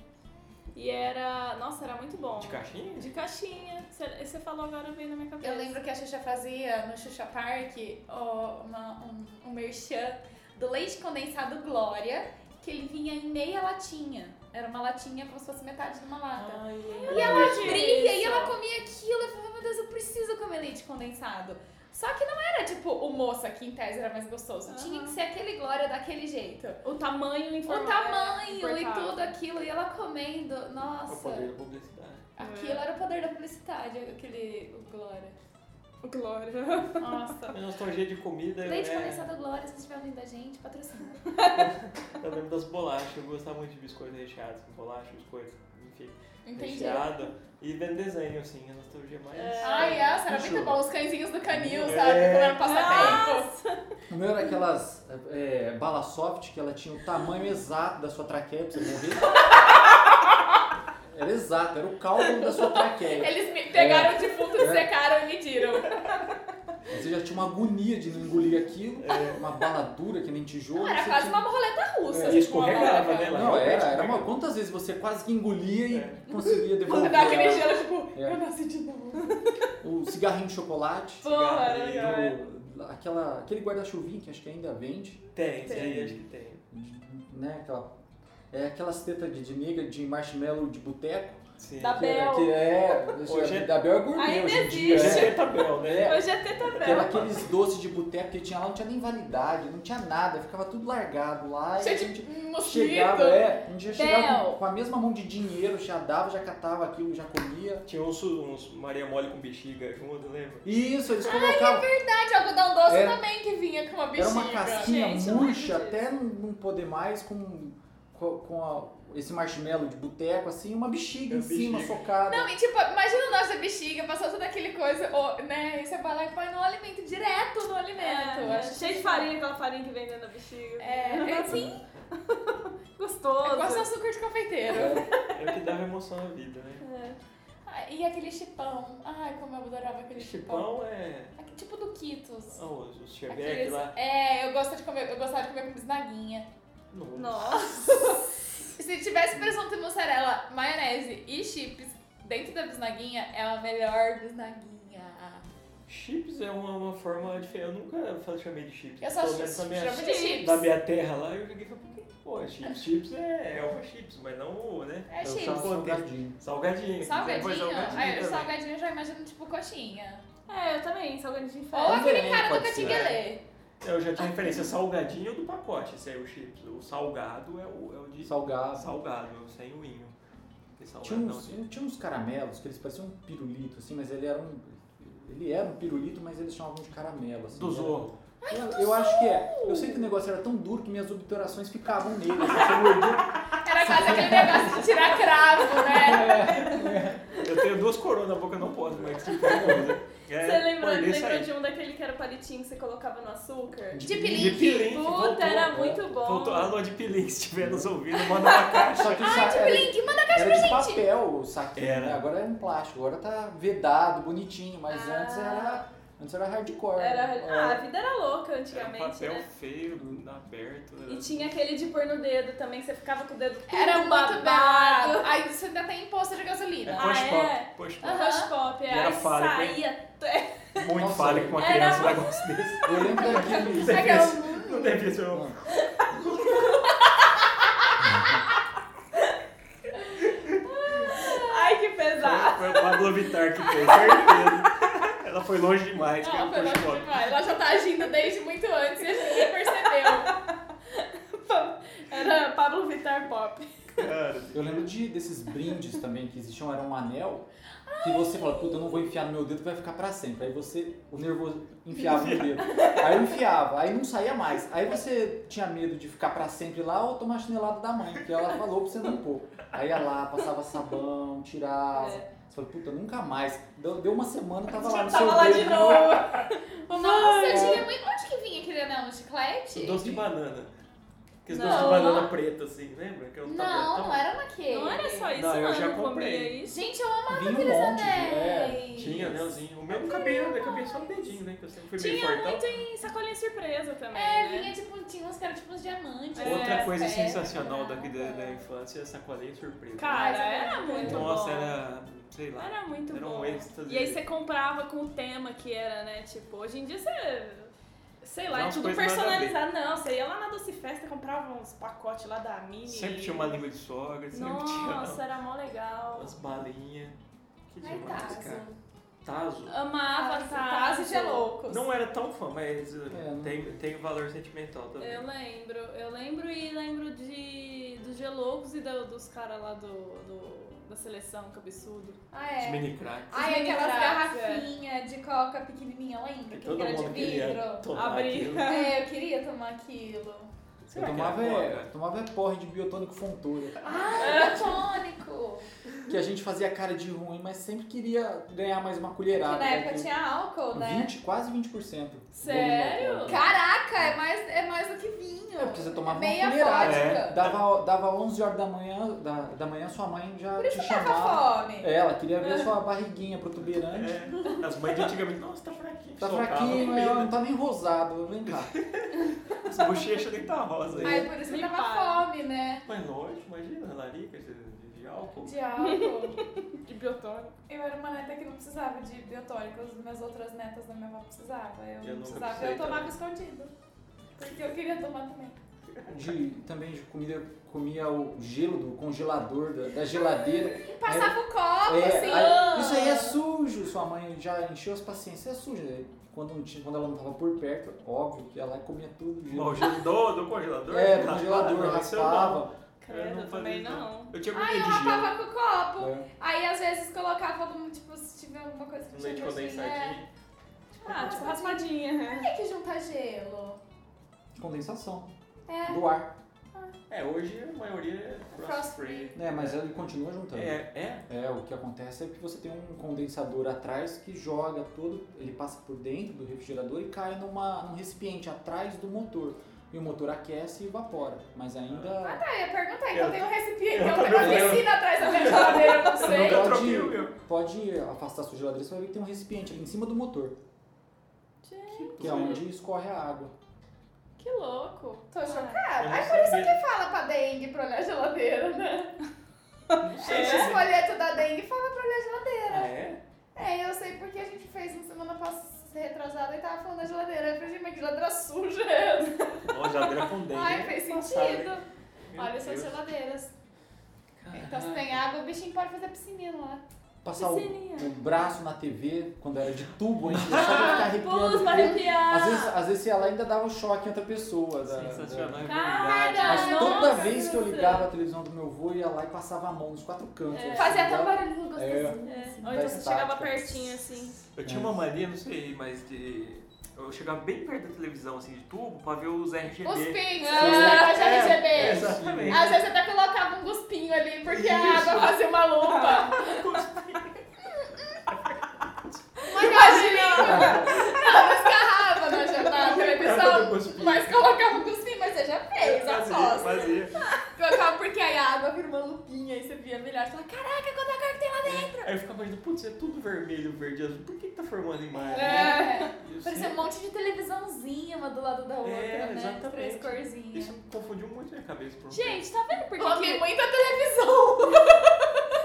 [SPEAKER 3] E era. Nossa, era muito bom.
[SPEAKER 5] De caixinha?
[SPEAKER 3] De caixinha. Você você falou agora, veio na minha cabeça.
[SPEAKER 2] Eu lembro que a Xuxa fazia no Xuxa Park ó, uma- um, um merchan do leite condensado Glória, que ele vinha em meia latinha. Era uma latinha como se fosse metade de uma
[SPEAKER 3] Ah,
[SPEAKER 2] lata.
[SPEAKER 5] Ai,
[SPEAKER 2] e ela
[SPEAKER 3] disso.
[SPEAKER 2] abria e ela comia aquilo. Eu falava, meu Deus, eu preciso comer leite condensado. Só que não era tipo o moça que em tese era mais gostoso. Tinha que
[SPEAKER 3] Aham.
[SPEAKER 2] ser aquele Glória daquele jeito.
[SPEAKER 3] O tamanho
[SPEAKER 2] O
[SPEAKER 3] informal.
[SPEAKER 2] tamanho e
[SPEAKER 3] importava.
[SPEAKER 2] tudo aquilo. E ela comendo.
[SPEAKER 5] o
[SPEAKER 2] Nossa.
[SPEAKER 5] poder É. da publicidade.
[SPEAKER 2] Aquilo era o poder da publicidade, aquele o Glória.
[SPEAKER 3] Glória.
[SPEAKER 2] Nossa.
[SPEAKER 5] A nostalgia de comida
[SPEAKER 2] Leite
[SPEAKER 5] é...
[SPEAKER 2] condensado Glória, se estiver ouvindo a gente, patrocina.
[SPEAKER 5] Eu lembro das bolachas, eu gostava muito de biscoitos recheados, bolacha, biscoito, enfim,
[SPEAKER 2] Entendi.
[SPEAKER 5] recheado. E vendo desenho, assim, a nostalgia mais.
[SPEAKER 3] É.
[SPEAKER 2] Ai, essa era
[SPEAKER 5] Juro.
[SPEAKER 2] muito bom, os cãezinhos do canil,
[SPEAKER 5] É.
[SPEAKER 2] sabe? Quando era passatempo.
[SPEAKER 1] O meu era aquelas é, bala soft que ela tinha o tamanho exato da sua traqueia pra você morrer. Era exato, era o cálculo da sua traqueia.
[SPEAKER 2] Eles me pegaram de fundo,
[SPEAKER 1] É.
[SPEAKER 2] secaram e mediram.
[SPEAKER 1] Você já tinha uma agonia de não engolir
[SPEAKER 5] é,
[SPEAKER 1] aquilo, uma bala dura que nem tijolo.
[SPEAKER 2] Não, era
[SPEAKER 1] você
[SPEAKER 2] quase
[SPEAKER 1] tinha-
[SPEAKER 2] uma roleta russa.
[SPEAKER 5] É,
[SPEAKER 2] tipo,
[SPEAKER 5] escorregava,
[SPEAKER 2] uma bola.
[SPEAKER 5] né, lá.
[SPEAKER 1] Não, era, era uma. Quantas vezes você quase que engolia e
[SPEAKER 5] É.
[SPEAKER 1] conseguia
[SPEAKER 2] Quando
[SPEAKER 1] devolver?
[SPEAKER 2] dá aquele
[SPEAKER 1] ela?
[SPEAKER 2] gelo, tipo,
[SPEAKER 1] É.
[SPEAKER 2] eu nasci de novo.
[SPEAKER 1] O cigarrinho de chocolate.
[SPEAKER 2] né?
[SPEAKER 3] Porra,
[SPEAKER 5] Cigarro,
[SPEAKER 3] cara.
[SPEAKER 1] do- aquela, aquele guarda-chuvinho que acho que ainda vende.
[SPEAKER 5] Tem,
[SPEAKER 3] Tem.
[SPEAKER 5] tem, acho que tem.
[SPEAKER 1] né? Aquela, é aquelas tetas de, de nega de marshmallow de boteco.
[SPEAKER 5] Sim.
[SPEAKER 3] Dá
[SPEAKER 1] Que, é-
[SPEAKER 3] Bel.
[SPEAKER 1] que é.
[SPEAKER 5] Hoje
[SPEAKER 1] é
[SPEAKER 5] é-
[SPEAKER 1] da Bel é gourmet
[SPEAKER 3] Ainda
[SPEAKER 1] hoje em
[SPEAKER 3] existe.
[SPEAKER 1] dia.
[SPEAKER 5] Hoje
[SPEAKER 1] Né?
[SPEAKER 5] é tabel, né?
[SPEAKER 1] É,
[SPEAKER 3] Hoje é teta
[SPEAKER 1] que era
[SPEAKER 3] bela.
[SPEAKER 1] aqueles doces de boteco que tinha lá, não tinha nem validade, não tinha nada, ficava tudo largado lá. e a
[SPEAKER 2] Cheio
[SPEAKER 1] gente
[SPEAKER 2] de mosquito.
[SPEAKER 1] chegava, é, um dia chegava
[SPEAKER 2] Bel.
[SPEAKER 1] com, com a mesma mão de dinheiro, já dava, já catava aquilo, já comia.
[SPEAKER 5] Tinha uns, uns Maria Mole com bexiga junto, lembra?
[SPEAKER 1] Isso, eles colocavam.
[SPEAKER 2] Ah, de algodão doce
[SPEAKER 1] É.
[SPEAKER 2] também que vinha com uma bexiga.
[SPEAKER 1] Era uma casquinha
[SPEAKER 3] Gente, eu
[SPEAKER 1] murcha
[SPEAKER 3] lembro disso.
[SPEAKER 1] até não- não poder mais com, com, com a- esse marshmallow de boteco, assim, uma bexiga
[SPEAKER 5] É,
[SPEAKER 1] em cima,
[SPEAKER 5] bexiga.
[SPEAKER 1] socada.
[SPEAKER 2] Não, e tipo, imagina nós da bexiga, passou toda aquele coisa, ó, né? E você vai lá e põe no alimento, direto no alimento.
[SPEAKER 3] É,
[SPEAKER 2] Acho que-
[SPEAKER 3] cheio de farinha, aquela farinha que vem dentro da bexiga.
[SPEAKER 2] É, é sim,
[SPEAKER 3] Gostoso.
[SPEAKER 2] é quase açúcar de confeiteiro.
[SPEAKER 5] É o que dava emoção à vida, né?
[SPEAKER 3] É.
[SPEAKER 2] Ah, e aquele chipão. Ai, como eu adorava aquele chipão.
[SPEAKER 5] Chipão é.
[SPEAKER 2] Aqui, tipo do Kitos.
[SPEAKER 5] Ah, os, os Chebec lá.
[SPEAKER 2] É, eu gosto de comer, eu gostava de comer com bisnaguinha.
[SPEAKER 5] Nossa.
[SPEAKER 3] Nossa.
[SPEAKER 2] Se tivesse presunto e mussarela, maionese e chips dentro da bisnaguinha, é a melhor bisnaguinha.
[SPEAKER 5] Chips é uma, uma forma diferente. Eu nunca fa- chamei de chips.
[SPEAKER 2] Eu só
[SPEAKER 5] Pelo menos na minha,
[SPEAKER 2] chamo de chips. É
[SPEAKER 5] na minha terra lá, eu joguei e falei, por que? Pô, chips, chips é elfa chips, mas não, o, né?
[SPEAKER 2] É
[SPEAKER 1] Eu
[SPEAKER 2] chips.
[SPEAKER 1] chamo salgadinho.
[SPEAKER 5] Salgadinho. Depois
[SPEAKER 2] Salgadinho? É, Aí,
[SPEAKER 5] também.
[SPEAKER 2] salgadinho eu já imagino tipo coxinha.
[SPEAKER 3] É, eu também, salgadinho de
[SPEAKER 2] Ou
[SPEAKER 3] inferno.
[SPEAKER 2] aquele
[SPEAKER 1] Também
[SPEAKER 2] cara do
[SPEAKER 1] pode ser.
[SPEAKER 2] Catinguelê.
[SPEAKER 5] Eu já tinha referência salgadinho do pacote, esse aí é o chips. O salgado é o, é o de
[SPEAKER 1] Salgado.
[SPEAKER 5] salgado, é o sem o inho. Porque
[SPEAKER 1] Tinha
[SPEAKER 5] salgado não
[SPEAKER 1] uns,
[SPEAKER 5] tem.
[SPEAKER 1] tinha uns caramelos que eles pareciam um pirulito, assim, mas ele era um. Ele era um pirulito, mas eles chamavam de caramelo. Assim,
[SPEAKER 5] Do
[SPEAKER 1] Era-
[SPEAKER 5] Zorro.
[SPEAKER 1] Eu, eu acho que é. Eu sei que o negócio era tão duro que minhas obturações ficavam nele. Assim, você mordia.
[SPEAKER 2] Era quase aquele negócio de tirar cravo, né?
[SPEAKER 5] Eu tenho duas coroas na boca, eu não posso, mas que coisa. É,
[SPEAKER 3] Você lembrou,
[SPEAKER 5] morder isso
[SPEAKER 3] lembrou
[SPEAKER 5] aí.
[SPEAKER 3] de um daquele que era palitinho que você colocava no açúcar?
[SPEAKER 2] De
[SPEAKER 5] De
[SPEAKER 2] pilinque.
[SPEAKER 5] pilinque, voltou.
[SPEAKER 3] Puta, era muito bom.
[SPEAKER 5] Voltou. Alô, de pilinque, se estiver nos ouvindo, manda uma caixa.
[SPEAKER 1] Só que o
[SPEAKER 2] tipo
[SPEAKER 1] saco era, de-
[SPEAKER 2] Pilinque, manda
[SPEAKER 1] era de
[SPEAKER 2] gente.
[SPEAKER 1] papel o saquinho,
[SPEAKER 5] Era.
[SPEAKER 1] né? Agora é um plástico, agora tá vedado, bonitinho, mas
[SPEAKER 3] Ah.
[SPEAKER 1] antes era. Antes era hardcore.
[SPEAKER 3] Era,
[SPEAKER 1] né?
[SPEAKER 3] ah, a vida era louca
[SPEAKER 5] Era um
[SPEAKER 3] antigamente,
[SPEAKER 5] papel
[SPEAKER 3] né?
[SPEAKER 5] feio, aberto. né? É
[SPEAKER 3] E tinha aquele de pôr no dedo também, que você ficava com o dedo todo
[SPEAKER 2] Era muito
[SPEAKER 3] babado.
[SPEAKER 2] barato. Aí você ainda tem imposto de
[SPEAKER 5] É
[SPEAKER 2] gasolina.
[SPEAKER 3] Ah,
[SPEAKER 5] push
[SPEAKER 3] é?
[SPEAKER 5] pop, push pop.
[SPEAKER 2] Aham.
[SPEAKER 3] Hush pop, é.
[SPEAKER 5] Era
[SPEAKER 3] Aí
[SPEAKER 5] fálico, hein?
[SPEAKER 3] saía. É,
[SPEAKER 5] Muito
[SPEAKER 1] Nossa.
[SPEAKER 5] fálico com uma
[SPEAKER 3] Era-
[SPEAKER 5] criança um negócio desse.
[SPEAKER 1] Eu lembro
[SPEAKER 5] É
[SPEAKER 1] daquele.
[SPEAKER 5] Não
[SPEAKER 2] Aquela-
[SPEAKER 5] deve- Não deve ser um...
[SPEAKER 3] Ai, que pesado.
[SPEAKER 5] Foi o Pablo Vittar que fez, certeza. Ela foi longe
[SPEAKER 3] Ah,
[SPEAKER 5] demais, que era
[SPEAKER 2] Não,
[SPEAKER 5] um
[SPEAKER 2] foi
[SPEAKER 5] push
[SPEAKER 2] longe
[SPEAKER 5] pop.
[SPEAKER 2] demais. Ela já tá agindo desde muito antes e a gente nem percebeu.
[SPEAKER 3] Era Pablo Vittar pop.
[SPEAKER 5] Cara, assim,
[SPEAKER 1] Eu lembro de, desses brindes também que existiam, era um anel, que você fala, puta, eu não vou enfiar no meu dedo, vai ficar pra sempre. Aí você, o nervoso, enfiava no dedo. Aí eu enfiava, aí não saía mais. Aí você tinha medo de ficar pra sempre lá ou tomar chinelada da mãe, porque ela falou pra você não pôr. Aí ia lá, passava sabão, tirava. Você falou, puta, nunca mais. Deu, deu uma semana, tava lá no seu
[SPEAKER 3] É. Tava lá de
[SPEAKER 1] dedo.
[SPEAKER 3] novo.
[SPEAKER 2] Nossa, eu tinha muito. Onde que vinha aquele anel no chiclete?
[SPEAKER 5] doce de banana. Aqueles
[SPEAKER 3] Não.
[SPEAKER 5] doces de banana preta, assim, lembra? Que era um
[SPEAKER 2] Não,
[SPEAKER 5] tabletão.
[SPEAKER 2] não era naquele.
[SPEAKER 3] Não é era só isso,
[SPEAKER 5] Não, eu
[SPEAKER 3] mano.
[SPEAKER 5] já
[SPEAKER 3] comia
[SPEAKER 5] comprei.
[SPEAKER 3] isso.
[SPEAKER 2] Gente, eu amava
[SPEAKER 1] Vinha um
[SPEAKER 2] aqueles
[SPEAKER 1] monte de- é,
[SPEAKER 2] anéis.
[SPEAKER 5] né? Tinha anelzinho. O meu não cabia, né? Cabia só no dedinho, né? Que eu sempre fui bem
[SPEAKER 3] Tinha
[SPEAKER 5] fortão.
[SPEAKER 3] muito em sacolinha surpresa também,
[SPEAKER 2] É,
[SPEAKER 3] né?
[SPEAKER 2] vinha tipo, tinha uns caras tipo uns diamantes.
[SPEAKER 3] É,
[SPEAKER 5] Outra coisa
[SPEAKER 2] pedras. né?
[SPEAKER 5] sensacional da, da, da infância é a sacolinha surpresa.
[SPEAKER 3] né? Cara,
[SPEAKER 2] Mas
[SPEAKER 3] era
[SPEAKER 2] era
[SPEAKER 3] muito
[SPEAKER 5] Nossa,
[SPEAKER 3] bom.
[SPEAKER 5] era. sei lá.
[SPEAKER 3] Era muito
[SPEAKER 5] Era um
[SPEAKER 3] bom.
[SPEAKER 5] êxtase.
[SPEAKER 3] E aí você comprava com o tema que era, né? Tipo, hoje em dia você. Sei lá,
[SPEAKER 5] Dá
[SPEAKER 3] é
[SPEAKER 5] umas
[SPEAKER 3] tudo
[SPEAKER 5] coisas nada a ver.
[SPEAKER 3] personalizado. Não, você ia lá na Doce Festa, comprava uns pacotes lá da Mini.
[SPEAKER 5] Sempre tinha uma língua de sogra, sempre
[SPEAKER 3] Nossa, era mó legal.
[SPEAKER 5] tinha umas balinhas. Que
[SPEAKER 2] Ai, tá, assim.
[SPEAKER 5] demais, cara.
[SPEAKER 2] Tazo.
[SPEAKER 5] Tazo.
[SPEAKER 3] Amava
[SPEAKER 4] Tazo de
[SPEAKER 2] Ah,
[SPEAKER 4] loucos.
[SPEAKER 5] Não era tão fã, mas uh,
[SPEAKER 1] É, não-
[SPEAKER 5] tem, tem valor sentimental é também.
[SPEAKER 3] Eu lembro, eu lembro e lembro de dos Geloucos e da- dos caras lá do, do- da seleção, cabeçudo.
[SPEAKER 2] Ah,
[SPEAKER 5] Os
[SPEAKER 2] é.
[SPEAKER 5] mini cracks.
[SPEAKER 2] Ai,
[SPEAKER 3] mini
[SPEAKER 2] aquelas
[SPEAKER 3] cracks,
[SPEAKER 2] garrafinhas de coca pequenininha, lembra?
[SPEAKER 5] todo
[SPEAKER 2] Ah, Que era de
[SPEAKER 5] mundo queria
[SPEAKER 2] vidro.
[SPEAKER 5] tomar
[SPEAKER 3] Abrir.
[SPEAKER 5] aquilo.
[SPEAKER 2] É, eu queria tomar aquilo.
[SPEAKER 1] Eu
[SPEAKER 5] Será que era
[SPEAKER 1] tomava, é,
[SPEAKER 5] coca?
[SPEAKER 1] tomava é porre de biotônico fontura.
[SPEAKER 3] É.
[SPEAKER 2] Ah, tônico.
[SPEAKER 1] Que a gente fazia cara de ruim, mas sempre queria ganhar mais uma colherada.
[SPEAKER 2] Que na época
[SPEAKER 1] daquilo.
[SPEAKER 2] tinha álcool, né?
[SPEAKER 1] 20, quase 20%.
[SPEAKER 3] Sério?
[SPEAKER 1] Bom, né,
[SPEAKER 2] Caraca, é mais, é mais do que vinho.
[SPEAKER 1] É porque você tomava
[SPEAKER 2] Meia
[SPEAKER 1] uma colherada.
[SPEAKER 5] né? É.
[SPEAKER 2] vodka.
[SPEAKER 1] Dava, dava 11 horas da manhã, da, da manhã sua mãe já
[SPEAKER 2] Por isso
[SPEAKER 1] te
[SPEAKER 2] que eu tava
[SPEAKER 1] chamava.
[SPEAKER 2] fome.
[SPEAKER 1] É, ela queria ver sua barriguinha protuberante.
[SPEAKER 5] É, As mães de antigamente, nossa, tá fraquinho.
[SPEAKER 1] Tá
[SPEAKER 5] socava
[SPEAKER 1] fraquinho, ela não
[SPEAKER 5] comida.
[SPEAKER 1] tá nem rosado, vem cá.
[SPEAKER 5] As bochechas nem tá rosa aí.
[SPEAKER 2] Ai, por isso que eu tava
[SPEAKER 3] Limpar.
[SPEAKER 2] fome, né?
[SPEAKER 5] Mas lógico, imagina, larica de, de álcool.
[SPEAKER 2] De álcool.
[SPEAKER 3] De biotônico.
[SPEAKER 2] eu era uma neta que não precisava de biotônicos, minhas outras netas da minha avó precisavam. Eu,
[SPEAKER 5] Eu
[SPEAKER 2] não
[SPEAKER 5] nunca
[SPEAKER 2] precisava,
[SPEAKER 5] precisei
[SPEAKER 2] eu tomava escondido. Porque eu queria tomar também.
[SPEAKER 1] De, também de comida, comia o gelo do congelador, da, da geladeira.
[SPEAKER 2] E passava o copo,
[SPEAKER 1] É,
[SPEAKER 2] assim.
[SPEAKER 1] aí- isso aí é sujo, sua mãe já encheu as paciências, é sujo. né? Quando, não tinha- quando ela não tava por perto, óbvio que ela comia tudo.
[SPEAKER 5] Bom, né? o gelo do, do congelador?
[SPEAKER 1] É, do
[SPEAKER 5] raspava,
[SPEAKER 1] congelador,
[SPEAKER 5] não, isso eu
[SPEAKER 1] raspava.
[SPEAKER 5] Eu
[SPEAKER 3] Credo,
[SPEAKER 5] não
[SPEAKER 3] também
[SPEAKER 5] fazia isso,
[SPEAKER 3] não.
[SPEAKER 5] Eu tinha
[SPEAKER 2] Aí
[SPEAKER 5] comida
[SPEAKER 2] eu
[SPEAKER 5] de gelo.
[SPEAKER 2] rapava com o copo.
[SPEAKER 1] É.
[SPEAKER 2] Aí às vezes colocava algum, tipo, se tiver alguma coisa que
[SPEAKER 5] Um leite
[SPEAKER 2] tinha gostinho, é.
[SPEAKER 5] condensadinho.
[SPEAKER 3] Ah, tipo raspadinha. né?
[SPEAKER 2] Por que que juntar gelo?
[SPEAKER 1] Condensação
[SPEAKER 2] É.
[SPEAKER 1] do ar.
[SPEAKER 5] É, hoje a maioria é
[SPEAKER 2] Frost
[SPEAKER 5] frost free.
[SPEAKER 1] É, mas ele continua juntando.
[SPEAKER 5] É, é?
[SPEAKER 1] É, o que acontece é que você tem um condensador atrás que joga todo, ele passa por dentro do refrigerador e cai numa, num recipiente atrás do motor. E o motor aquece e evapora, mas
[SPEAKER 2] Ah
[SPEAKER 1] ainda
[SPEAKER 2] tá, eu ia perguntar, então
[SPEAKER 5] Eu-
[SPEAKER 2] tem um recipiente,
[SPEAKER 5] eu
[SPEAKER 2] então tem uma
[SPEAKER 5] também lembro.
[SPEAKER 2] piscina atrás da minha geladeira, eu não
[SPEAKER 1] Você
[SPEAKER 2] sei.
[SPEAKER 5] Eu
[SPEAKER 1] Pode-
[SPEAKER 5] troquei o meu.
[SPEAKER 1] pode afastar sua geladeira, você vai ver que tem um recipiente ali em cima do motor, que
[SPEAKER 2] um
[SPEAKER 1] é onde escorre a água.
[SPEAKER 3] Que louco.
[SPEAKER 2] Tô
[SPEAKER 5] Eu
[SPEAKER 2] chocada.
[SPEAKER 5] não
[SPEAKER 2] Ai, Ah, é por isso
[SPEAKER 5] sabia.
[SPEAKER 2] que fala pra dengue pra olhar a geladeira, né?
[SPEAKER 5] Não sei se
[SPEAKER 2] Os folhetos da dengue fala pra olhar a geladeira.
[SPEAKER 5] Ah, é?
[SPEAKER 2] É, eu sei porque a gente fez uma semana passada, retrasada, e tava falando da geladeira. Eu falei, gente, mas que geladeira suja é essa?
[SPEAKER 5] Ó, geladeira com dente.
[SPEAKER 2] Ai, fez
[SPEAKER 5] é Passada,
[SPEAKER 2] sentido.
[SPEAKER 5] hein? Meu
[SPEAKER 2] Olha suas
[SPEAKER 5] Deus.
[SPEAKER 2] geladeiras. Então se tem água, o bichinho pode fazer piscininha lá.
[SPEAKER 1] Passar o,
[SPEAKER 3] Piscininha.
[SPEAKER 1] o braço na TV, quando era de tubo, a gente deixava ficar
[SPEAKER 3] é
[SPEAKER 1] arrepiando.
[SPEAKER 3] Pus pra
[SPEAKER 1] porque
[SPEAKER 3] arrepiar.
[SPEAKER 1] Às vezes, às vezes ela ainda dava um choque em outra pessoa. da- da-
[SPEAKER 5] Sensacional, é
[SPEAKER 3] Cara!
[SPEAKER 1] Mas
[SPEAKER 5] verdade.
[SPEAKER 3] Ah, Nossa,
[SPEAKER 1] toda vez que eu
[SPEAKER 3] Deus.
[SPEAKER 1] ligava a televisão do meu avô, ia lá e passava a mão nos quatro cantos. assim,
[SPEAKER 3] É.
[SPEAKER 2] Fazia até um
[SPEAKER 1] Dava-
[SPEAKER 2] barulhinho gostosinho.
[SPEAKER 3] É.
[SPEAKER 2] assim.
[SPEAKER 3] Ou então você
[SPEAKER 1] Da
[SPEAKER 3] chegava
[SPEAKER 1] estática.
[SPEAKER 3] pertinho assim.
[SPEAKER 5] Eu tinha uma mania, não sei, mas de. Eu chegava bem perto da televisão, assim, de tubo, pra ver os RGB.
[SPEAKER 2] Os pingos,
[SPEAKER 3] Sim.
[SPEAKER 2] os negócios de
[SPEAKER 5] É,
[SPEAKER 2] RGB.
[SPEAKER 5] Exatamente.
[SPEAKER 2] Às vezes até colocava um guspinho ali, porque a água fazia uma lupa. Ah, um Imagina! Não, escarrava na, ja- na
[SPEAKER 5] lembrava do
[SPEAKER 2] televisão,
[SPEAKER 5] guspinho.
[SPEAKER 2] mas colocava um guspinho, mas você já fez,
[SPEAKER 5] Fazia,
[SPEAKER 2] aposto.
[SPEAKER 5] fazia.
[SPEAKER 2] Colocava porque aí a água vira uma lupinha, aí você via melhor. Você fala, caraca, quanta cor que tem lá dentro!
[SPEAKER 5] Aí eu ficava imaginando, putz, é tudo vermelho, verde, azul. Por que, que tá formando imagem? né?
[SPEAKER 2] É.
[SPEAKER 5] E eu
[SPEAKER 2] Parecia um
[SPEAKER 5] sempre-
[SPEAKER 2] monte de televisãozinha uma do lado da outra,
[SPEAKER 5] É,
[SPEAKER 2] né?
[SPEAKER 5] exatamente.
[SPEAKER 2] Três corzinhas.
[SPEAKER 5] Isso confundiu muito minha cabeça. Por um
[SPEAKER 3] Gente, tá vendo por que
[SPEAKER 2] Coloquei
[SPEAKER 3] que
[SPEAKER 2] muita televisão.
[SPEAKER 5] tempo.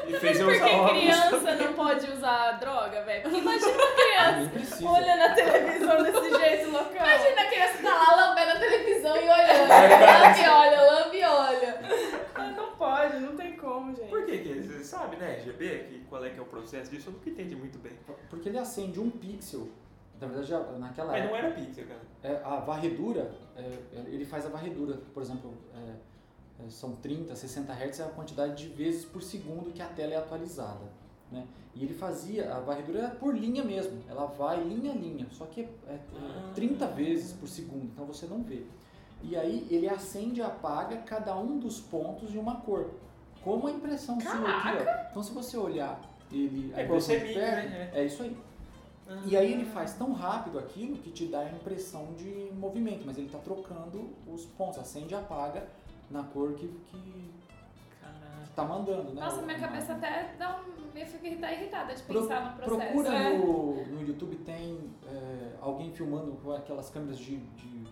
[SPEAKER 5] E fez eu
[SPEAKER 3] Porque
[SPEAKER 5] usar óculos.
[SPEAKER 3] criança não pode usar droga, velho. Porque imagina uma
[SPEAKER 1] Nem
[SPEAKER 3] criança
[SPEAKER 1] precisa.
[SPEAKER 3] olhando a televisão desse jeito, loucão.
[SPEAKER 2] Imagina a criança tá lá lambendo a televisão e olhando. Lambe e olha, lambe e olha.
[SPEAKER 3] Não pode, não tem como, gente.
[SPEAKER 5] Por que que é? Você sabe, né, RGB? Que, qual é que é o processo disso? Eu nunca entendi muito bem.
[SPEAKER 1] Porque ele acende um pixel. Na verdade, a- naquela
[SPEAKER 5] Mas não
[SPEAKER 1] época,
[SPEAKER 5] era pizza, cara.
[SPEAKER 1] é, a varredura, é, ele faz a varredura. Por exemplo, é, eh, são 30, 60 Hz é a quantidade de vezes por segundo que a tela é atualizada. Né? E ele fazia, a varredura era por linha mesmo, ela vai linha a linha, só que é, é
[SPEAKER 5] Ah.
[SPEAKER 1] 30 vezes por segundo, então você não vê. E aí ele acende e apaga cada um dos pontos de uma cor, como a impressão sua aqui. Ó. Então se você olhar ele a
[SPEAKER 5] É igual
[SPEAKER 1] impressão
[SPEAKER 5] você
[SPEAKER 1] de
[SPEAKER 5] mira,
[SPEAKER 1] perto,
[SPEAKER 5] né?
[SPEAKER 1] é isso aí. E aí ele faz tão rápido aquilo que te dá a impressão de movimento, mas ele tá trocando os pontos, acende e apaga na cor que, que
[SPEAKER 5] Caraca.
[SPEAKER 1] tá mandando, né?
[SPEAKER 3] Nossa, minha
[SPEAKER 1] Uma-
[SPEAKER 3] cabeça até dá um... Eu
[SPEAKER 2] tipo,
[SPEAKER 3] fico irritada, irritada de
[SPEAKER 1] Pro-
[SPEAKER 3] pensar no processo.
[SPEAKER 1] Procura
[SPEAKER 3] É.
[SPEAKER 1] no, no YouTube, tem é, alguém filmando com aquelas câmeras de, de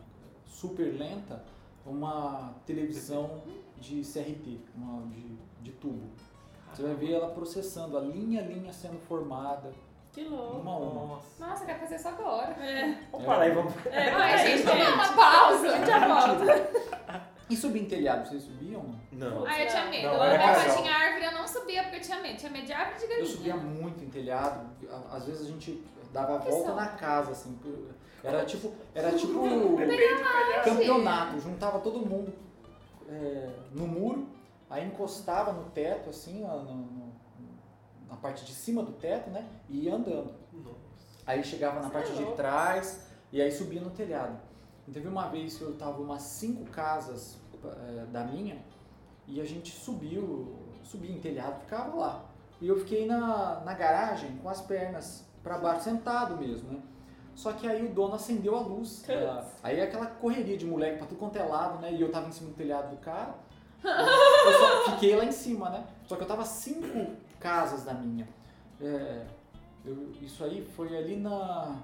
[SPEAKER 1] super lenta uma televisão de CRT, uma de, de tubo. Você vai ver ela processando, a linha a linha sendo formada,
[SPEAKER 3] Que louco.
[SPEAKER 1] uma a uma.
[SPEAKER 5] Nossa.
[SPEAKER 2] Nossa, eu quero fazer isso agora.
[SPEAKER 3] É,
[SPEAKER 5] Vamos parar e vamos.
[SPEAKER 3] é
[SPEAKER 2] Ai, gente, vamos dar uma
[SPEAKER 3] A gente
[SPEAKER 2] pausa.
[SPEAKER 3] já volta.
[SPEAKER 1] E subir em telhado, vocês subiam? não?
[SPEAKER 5] Não.
[SPEAKER 2] Ai, eu tinha medo.
[SPEAKER 5] Não,
[SPEAKER 2] Lá
[SPEAKER 5] olha
[SPEAKER 2] na
[SPEAKER 5] a
[SPEAKER 2] minha
[SPEAKER 5] razão.
[SPEAKER 2] tinha árvore, eu não subia porque eu tinha medo. Tinha medo de árvore e
[SPEAKER 1] é
[SPEAKER 2] de
[SPEAKER 1] Eu
[SPEAKER 2] galinha.
[SPEAKER 1] subia muito em telhado, a- às vezes a gente dava a
[SPEAKER 2] Que
[SPEAKER 1] volta
[SPEAKER 2] só.
[SPEAKER 1] na casa, assim. por- Era tipo, era tipo
[SPEAKER 5] Depende do calhau.
[SPEAKER 1] campeonato, juntava todo mundo é, no muro, aí encostava no teto, assim, ó, no- no- na parte de cima do teto, né? E ia andando.
[SPEAKER 5] Nossa.
[SPEAKER 1] Aí chegava na
[SPEAKER 3] Você
[SPEAKER 1] parte
[SPEAKER 3] é
[SPEAKER 1] de
[SPEAKER 3] louco.
[SPEAKER 1] trás e aí subia no telhado. E teve uma vez que eu tava umas cinco casas eh, da minha e a gente subiu, subia em telhado, ficava lá. E eu fiquei na, na garagem com as pernas para baixo, sentado mesmo, né? Só que aí o dono acendeu a luz.
[SPEAKER 3] Putz.
[SPEAKER 1] Ah, aí aquela correria de moleque pra tudo quanto é lado, né? E eu tava em cima do telhado do cara. Eu só fiquei lá em cima, né? Só que eu tava cinco casas da minha. É, eu- isso aí foi ali na,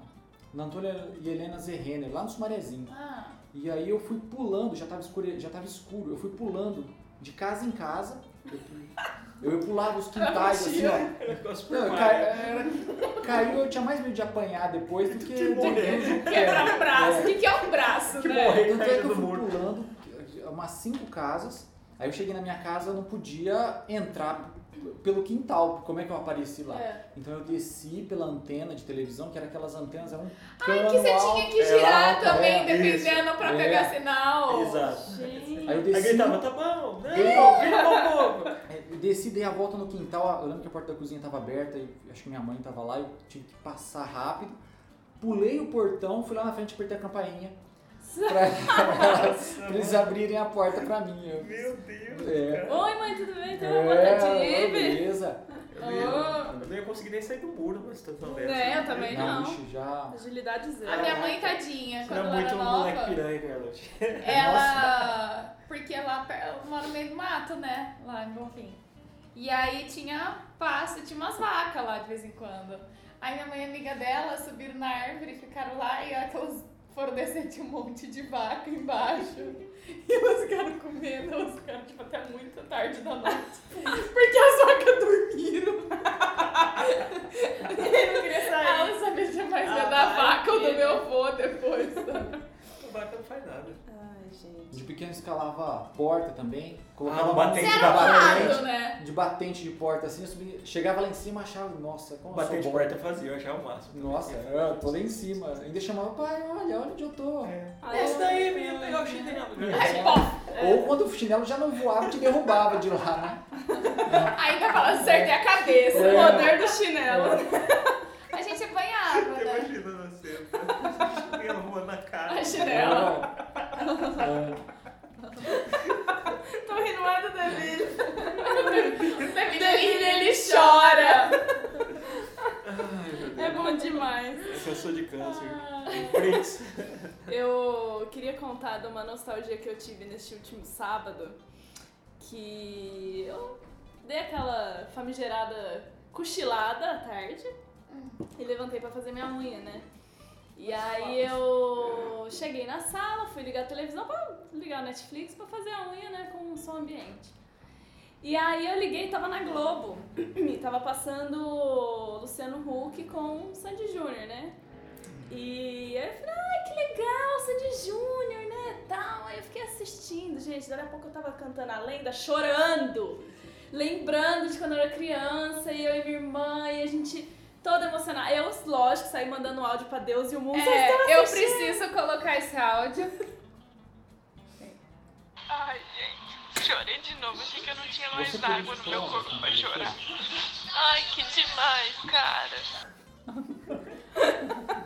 [SPEAKER 1] na Antônia e Helena Zerrener, lá no Sumarezinho.
[SPEAKER 2] Ah,
[SPEAKER 1] E aí eu fui pulando, já tava escuro, já tava escuro. Eu fui pulando de casa em casa. Eu, eu pulava os quintais assim, ó.
[SPEAKER 5] Era um negócio por
[SPEAKER 1] Não, eu
[SPEAKER 5] mar,
[SPEAKER 1] ca- era- caiu, eu tinha mais medo de apanhar depois do que.
[SPEAKER 5] De morrer.
[SPEAKER 1] do
[SPEAKER 2] Ah.
[SPEAKER 1] que-
[SPEAKER 3] Quebrar o braço.
[SPEAKER 1] É.
[SPEAKER 3] O que que é um braço,
[SPEAKER 5] Que
[SPEAKER 3] né?
[SPEAKER 5] morrer
[SPEAKER 1] Tanto é que
[SPEAKER 5] caindo
[SPEAKER 1] eu
[SPEAKER 5] do
[SPEAKER 1] fui
[SPEAKER 5] muro.
[SPEAKER 1] pulando umas cinco casas. Aí eu cheguei na minha casa, eu não podia entrar pelo quintal. Como é que eu apareci lá?
[SPEAKER 3] É.
[SPEAKER 1] Então eu desci pela antena de televisão, que era aquelas antenas, era um
[SPEAKER 2] Ai,
[SPEAKER 1] cano
[SPEAKER 2] que você
[SPEAKER 1] alto.
[SPEAKER 2] tinha que
[SPEAKER 5] é,
[SPEAKER 2] girar
[SPEAKER 1] lá,
[SPEAKER 2] também,
[SPEAKER 1] é,
[SPEAKER 2] dependendo pra
[SPEAKER 1] é.
[SPEAKER 2] pegar sinal.
[SPEAKER 5] Exato.
[SPEAKER 1] Aí eu
[SPEAKER 3] Gente.
[SPEAKER 5] Aí
[SPEAKER 1] desci,
[SPEAKER 5] gritava, tá bom, não,
[SPEAKER 1] Ele-
[SPEAKER 5] vira um pouco.
[SPEAKER 1] É, eu desci, dei a volta no quintal, eu lembro que a porta da cozinha estava aberta e acho que minha mãe estava lá, eu tive que passar rápido. Pulei o portão, fui lá na frente, apertei a campainha pra, pra eles abrirem a porta pra mim. Eu,
[SPEAKER 5] Meu Deus,
[SPEAKER 1] É.
[SPEAKER 5] cara.
[SPEAKER 3] Oi, mãe, tudo bem? Tem uma
[SPEAKER 1] é,
[SPEAKER 3] vontade
[SPEAKER 1] não,
[SPEAKER 3] de ir?
[SPEAKER 1] beleza.
[SPEAKER 5] Eu não, ia, eu não ia conseguir nem sair do muro numa situação dessa.
[SPEAKER 3] Né, eu também
[SPEAKER 1] Não,
[SPEAKER 3] não.
[SPEAKER 1] ixi, já.
[SPEAKER 3] Agilidade
[SPEAKER 2] A
[SPEAKER 3] zero.
[SPEAKER 2] minha mãe, tadinha,
[SPEAKER 5] Você era
[SPEAKER 2] quando ela
[SPEAKER 5] muito
[SPEAKER 2] era
[SPEAKER 5] um
[SPEAKER 2] nova,
[SPEAKER 5] moleque piranha, Carlos.
[SPEAKER 2] É, ela. Porque lá per- ela mora no meio do mato, né? Lá em Bonfim. E aí tinha pasto, tinha umas vacas lá de vez em quando. Aí minha mãe e amiga dela subiram na árvore, ficaram lá e elas foram descer de um monte de vaca embaixo. E elas ficaram comendo, elas ficaram tipo até muito tarde da noite. Porque as vacas dormiram.
[SPEAKER 3] Eu não queria
[SPEAKER 2] Ela
[SPEAKER 3] sair.
[SPEAKER 2] não sabia se mais ia
[SPEAKER 3] Ah,
[SPEAKER 2] da vaca ou do
[SPEAKER 3] filha.
[SPEAKER 2] meu avô depois. sabe?
[SPEAKER 5] O vaca não faz nada.
[SPEAKER 4] Ai, gente.
[SPEAKER 1] De pequeno escalava a porta também, colocava
[SPEAKER 5] Ah,
[SPEAKER 1] a
[SPEAKER 5] o
[SPEAKER 1] mão
[SPEAKER 5] batente
[SPEAKER 1] de
[SPEAKER 5] da
[SPEAKER 1] batente,
[SPEAKER 2] Errado, um né?
[SPEAKER 1] de batente de porta assim, eu subia, chegava lá em cima achava, nossa, como eu
[SPEAKER 5] Bater
[SPEAKER 1] sou
[SPEAKER 5] de
[SPEAKER 1] bom.
[SPEAKER 5] porta fazia, eu achava o máximo.
[SPEAKER 1] Nossa, eu tô lá em cima. Ainda chamava, pai, olha, olha onde eu tô.
[SPEAKER 5] Desce daí, menino, pegar o chinelo.
[SPEAKER 2] Aí, pô,
[SPEAKER 1] Ou quando o chinelo já não voava, te derrubava de lá, né?
[SPEAKER 2] ainda falando, acertei a cabeça.
[SPEAKER 3] Esse poder do
[SPEAKER 1] É,
[SPEAKER 3] chinelo.
[SPEAKER 2] A gente apanhava,
[SPEAKER 5] Eu
[SPEAKER 2] né?
[SPEAKER 5] imagino você. Minha rua na cara.
[SPEAKER 3] A chinela.
[SPEAKER 1] É.
[SPEAKER 3] Tô rindo lá do David.
[SPEAKER 2] David,
[SPEAKER 3] David,
[SPEAKER 2] ele
[SPEAKER 3] ele chora.
[SPEAKER 5] Ai, meu
[SPEAKER 3] É
[SPEAKER 5] Deus.
[SPEAKER 3] bom demais.
[SPEAKER 5] É que eu sou de câncer.
[SPEAKER 3] Ah.
[SPEAKER 5] Prince.
[SPEAKER 3] Eu queria contar de uma nostalgia que eu tive neste último sábado, que eu dei aquela famigerada cochilada à tarde e levantei pra fazer minha unha, né? E aí eu cheguei na sala, fui ligar a televisão pra ligar o Netflix pra fazer a unha, né, com som ambiente. E aí eu liguei, tava na Globo, e tava passando Luciano Huck com Sandy Júnior, né? E aí eu falei, ai, que legal, Sandy Júnior, né, tal. Aí eu fiquei assistindo, gente, daqui a pouco eu tava cantando a lenda, chorando, lembrando de quando eu era criança, e eu e minha irmã, e a gente toda emocionada. Eu, lógico, saí mandando áudio pra Deus e o mundo, "Vocês estão
[SPEAKER 2] É, eu
[SPEAKER 3] assistindo?"
[SPEAKER 2] preciso colocar esse áudio.
[SPEAKER 6] Ai, gente, chorei de novo, achei que eu não tinha mais
[SPEAKER 1] Você
[SPEAKER 6] água no meu
[SPEAKER 1] acreditou
[SPEAKER 6] corpo pra
[SPEAKER 1] nessa
[SPEAKER 6] chorar. Ai, que demais, cara.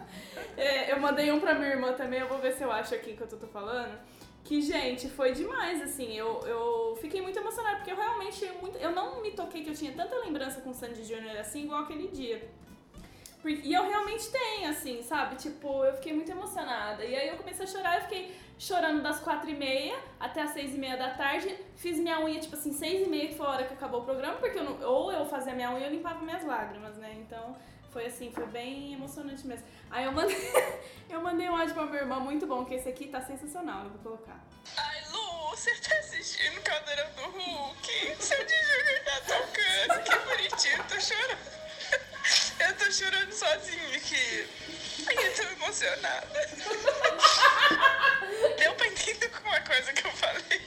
[SPEAKER 3] É, eu mandei um pra minha irmã também, eu vou ver se eu acho aqui enquanto eu tô falando. Que, gente, foi demais, assim, eu, eu fiquei muito emocionada, porque eu realmente tinha muito. Eu não me toquei que eu tinha tanta lembrança com o Sandy Jr. assim, igual aquele dia. Porque- e eu realmente tenho, assim, sabe? Tipo, eu fiquei muito emocionada. E aí eu comecei a chorar, eu fiquei chorando das quatro e meia até as seis e meia da tarde. Fiz minha unha, tipo assim, seis e meia, que foi a hora que acabou o programa, porque eu não- ou eu fazia minha unha ou eu limpava minhas lágrimas, né? Então, foi assim, foi bem emocionante mesmo. Aí eu mandei, eu mandei um áudio pra minha irmã, muito bom, que esse aqui tá sensacional, eu vou colocar.
[SPEAKER 6] Ai, Lu, você tá assistindo o Caldeirão do Hulk? Seu Júnior tá tocando, que bonitinho, eu tô chorando. Eu tô chorando sozinha aqui. Ai, eu tô emocionada. Deu pra entender alguma coisa que eu falei?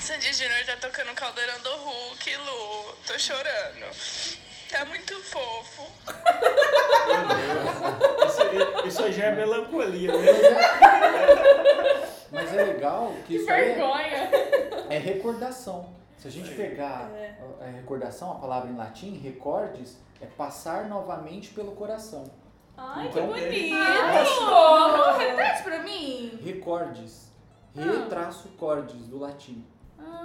[SPEAKER 6] Sandy Júnior tá tocando o Caldeirão do Hulk, Lu. Tô chorando. Tá muito fofo.
[SPEAKER 5] Isso, aí- isso aí já é melancolia, né?
[SPEAKER 1] Mas é legal que
[SPEAKER 3] Que
[SPEAKER 1] isso aí é,
[SPEAKER 3] vergonha!
[SPEAKER 1] é recordação. Se a
[SPEAKER 5] É.
[SPEAKER 1] gente pegar a- a recordação, a palavra em latim, recordes, é passar novamente pelo coração.
[SPEAKER 3] Ai, que
[SPEAKER 1] Então,
[SPEAKER 5] Ah,
[SPEAKER 3] bonito!
[SPEAKER 2] Ai, como? Repete pra mim.
[SPEAKER 1] Recordes. Retraço cordes do latim.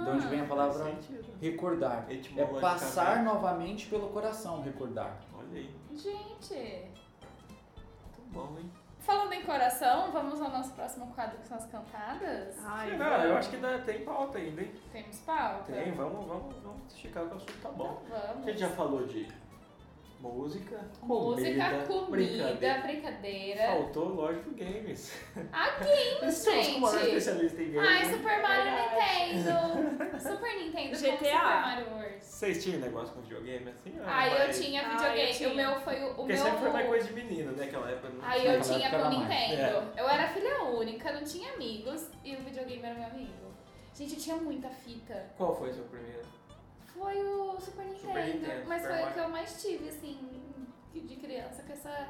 [SPEAKER 1] De onde vem a palavra
[SPEAKER 5] Faz sentido.
[SPEAKER 1] recordar. É
[SPEAKER 5] Etimologicamente.
[SPEAKER 1] passar novamente pelo coração, recordar.
[SPEAKER 5] Olha aí,
[SPEAKER 2] Gente,
[SPEAKER 5] muito bom, hein?
[SPEAKER 2] falando em coração, vamos ao nosso próximo quadro que são as cantadas?
[SPEAKER 3] Ai, Tá.
[SPEAKER 5] Não, eu acho que dá, tem pauta ainda, hein?
[SPEAKER 2] Temos pauta?
[SPEAKER 5] Tem, vamos, vamos, vamos esticar que o assunto tá bom. A gente
[SPEAKER 2] Vamos.
[SPEAKER 5] já falou de música,
[SPEAKER 2] Música,
[SPEAKER 5] comida,
[SPEAKER 2] comida,
[SPEAKER 5] brincadeira.
[SPEAKER 2] brincadeira.
[SPEAKER 5] Faltou, lógico, games.
[SPEAKER 2] Ah, games,
[SPEAKER 5] Estamos com o maior
[SPEAKER 2] gente.
[SPEAKER 5] especialista
[SPEAKER 3] Ah,
[SPEAKER 5] em games.
[SPEAKER 2] Ai,
[SPEAKER 5] né?
[SPEAKER 2] Super Mario
[SPEAKER 3] Verdade.
[SPEAKER 2] Nintendo. Super Nintendo. como
[SPEAKER 3] GTA.
[SPEAKER 2] Super Mario World.
[SPEAKER 5] Vocês tinham negócio com videogame assim? ou
[SPEAKER 2] Ai, eu
[SPEAKER 5] mais-
[SPEAKER 2] tinha
[SPEAKER 3] Ai,
[SPEAKER 2] videogame.
[SPEAKER 3] eu tinha.
[SPEAKER 2] O meu foi o, o
[SPEAKER 5] Porque
[SPEAKER 2] meu.
[SPEAKER 5] sempre foi mais coisa de menino, né? Aquela época. não
[SPEAKER 2] Aí
[SPEAKER 5] tinha
[SPEAKER 2] eu
[SPEAKER 1] Naquela
[SPEAKER 2] tinha
[SPEAKER 1] época
[SPEAKER 2] pro
[SPEAKER 1] era mais.
[SPEAKER 2] Nintendo.
[SPEAKER 5] É.
[SPEAKER 2] Eu era filha única, não tinha amigos e o videogame era meu amigo. Gente, eu tinha muita fita.
[SPEAKER 5] Qual foi seu primeiro?
[SPEAKER 2] Foi o Super Nintendo,
[SPEAKER 5] Super Nintendo,
[SPEAKER 2] mas
[SPEAKER 5] Super
[SPEAKER 2] foi o
[SPEAKER 5] Mario.
[SPEAKER 2] que eu mais tive, assim, que- de criança, com essa.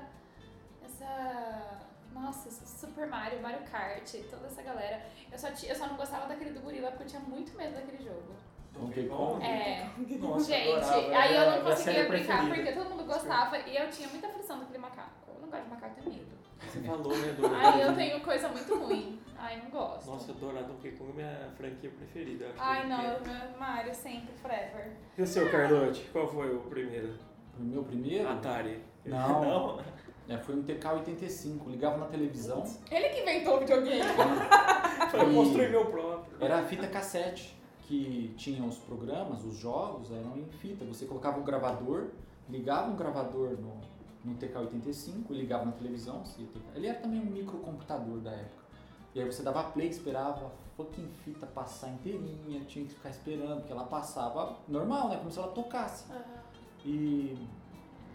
[SPEAKER 2] Essa. Nossa, Super Mario, Mario Kart, toda essa galera. Eu só, ti- eu só não gostava daquele do gorila porque eu tinha muito medo daquele jogo.
[SPEAKER 1] Donkey Kong?
[SPEAKER 2] É.
[SPEAKER 5] Nossa,
[SPEAKER 2] Gente,
[SPEAKER 5] adorava,
[SPEAKER 2] aí eu
[SPEAKER 5] era
[SPEAKER 2] não
[SPEAKER 5] a minha série
[SPEAKER 2] conseguia brincar
[SPEAKER 5] preferida.
[SPEAKER 2] porque todo mundo gostava e eu tinha muita aflição daquele macaco. Eu não gosto de macaco, eu tenho medo.
[SPEAKER 5] Você falou, né? Do...
[SPEAKER 2] Ai, eu tenho coisa muito ruim. Ai, não gosto.
[SPEAKER 5] Nossa, adorar Donkey Kong é minha franquia preferida. eu acho
[SPEAKER 2] Ai,
[SPEAKER 5] que
[SPEAKER 2] não,
[SPEAKER 5] é.
[SPEAKER 2] eu- meu Mario sempre, forever.
[SPEAKER 5] E o seu, Carlote? Qual foi o primeiro?
[SPEAKER 1] O meu primeiro?
[SPEAKER 5] Atari.
[SPEAKER 1] Não.
[SPEAKER 5] não?
[SPEAKER 1] É, foi um TK85. Ligava na televisão.
[SPEAKER 2] Ele que inventou o videogame.
[SPEAKER 5] Foi eu
[SPEAKER 1] E-
[SPEAKER 5] construí meu próprio.
[SPEAKER 1] Era a fita cassete, que tinha os programas, os jogos eram em fita. Você colocava um gravador, ligava um gravador no, no TK85 e ligava na televisão. se ia ter- Ele era também um microcomputador da época. E aí você dava play, esperava a fucking fita passar inteirinha, tinha que ficar esperando, porque ela passava normal, né? Como se ela tocasse. E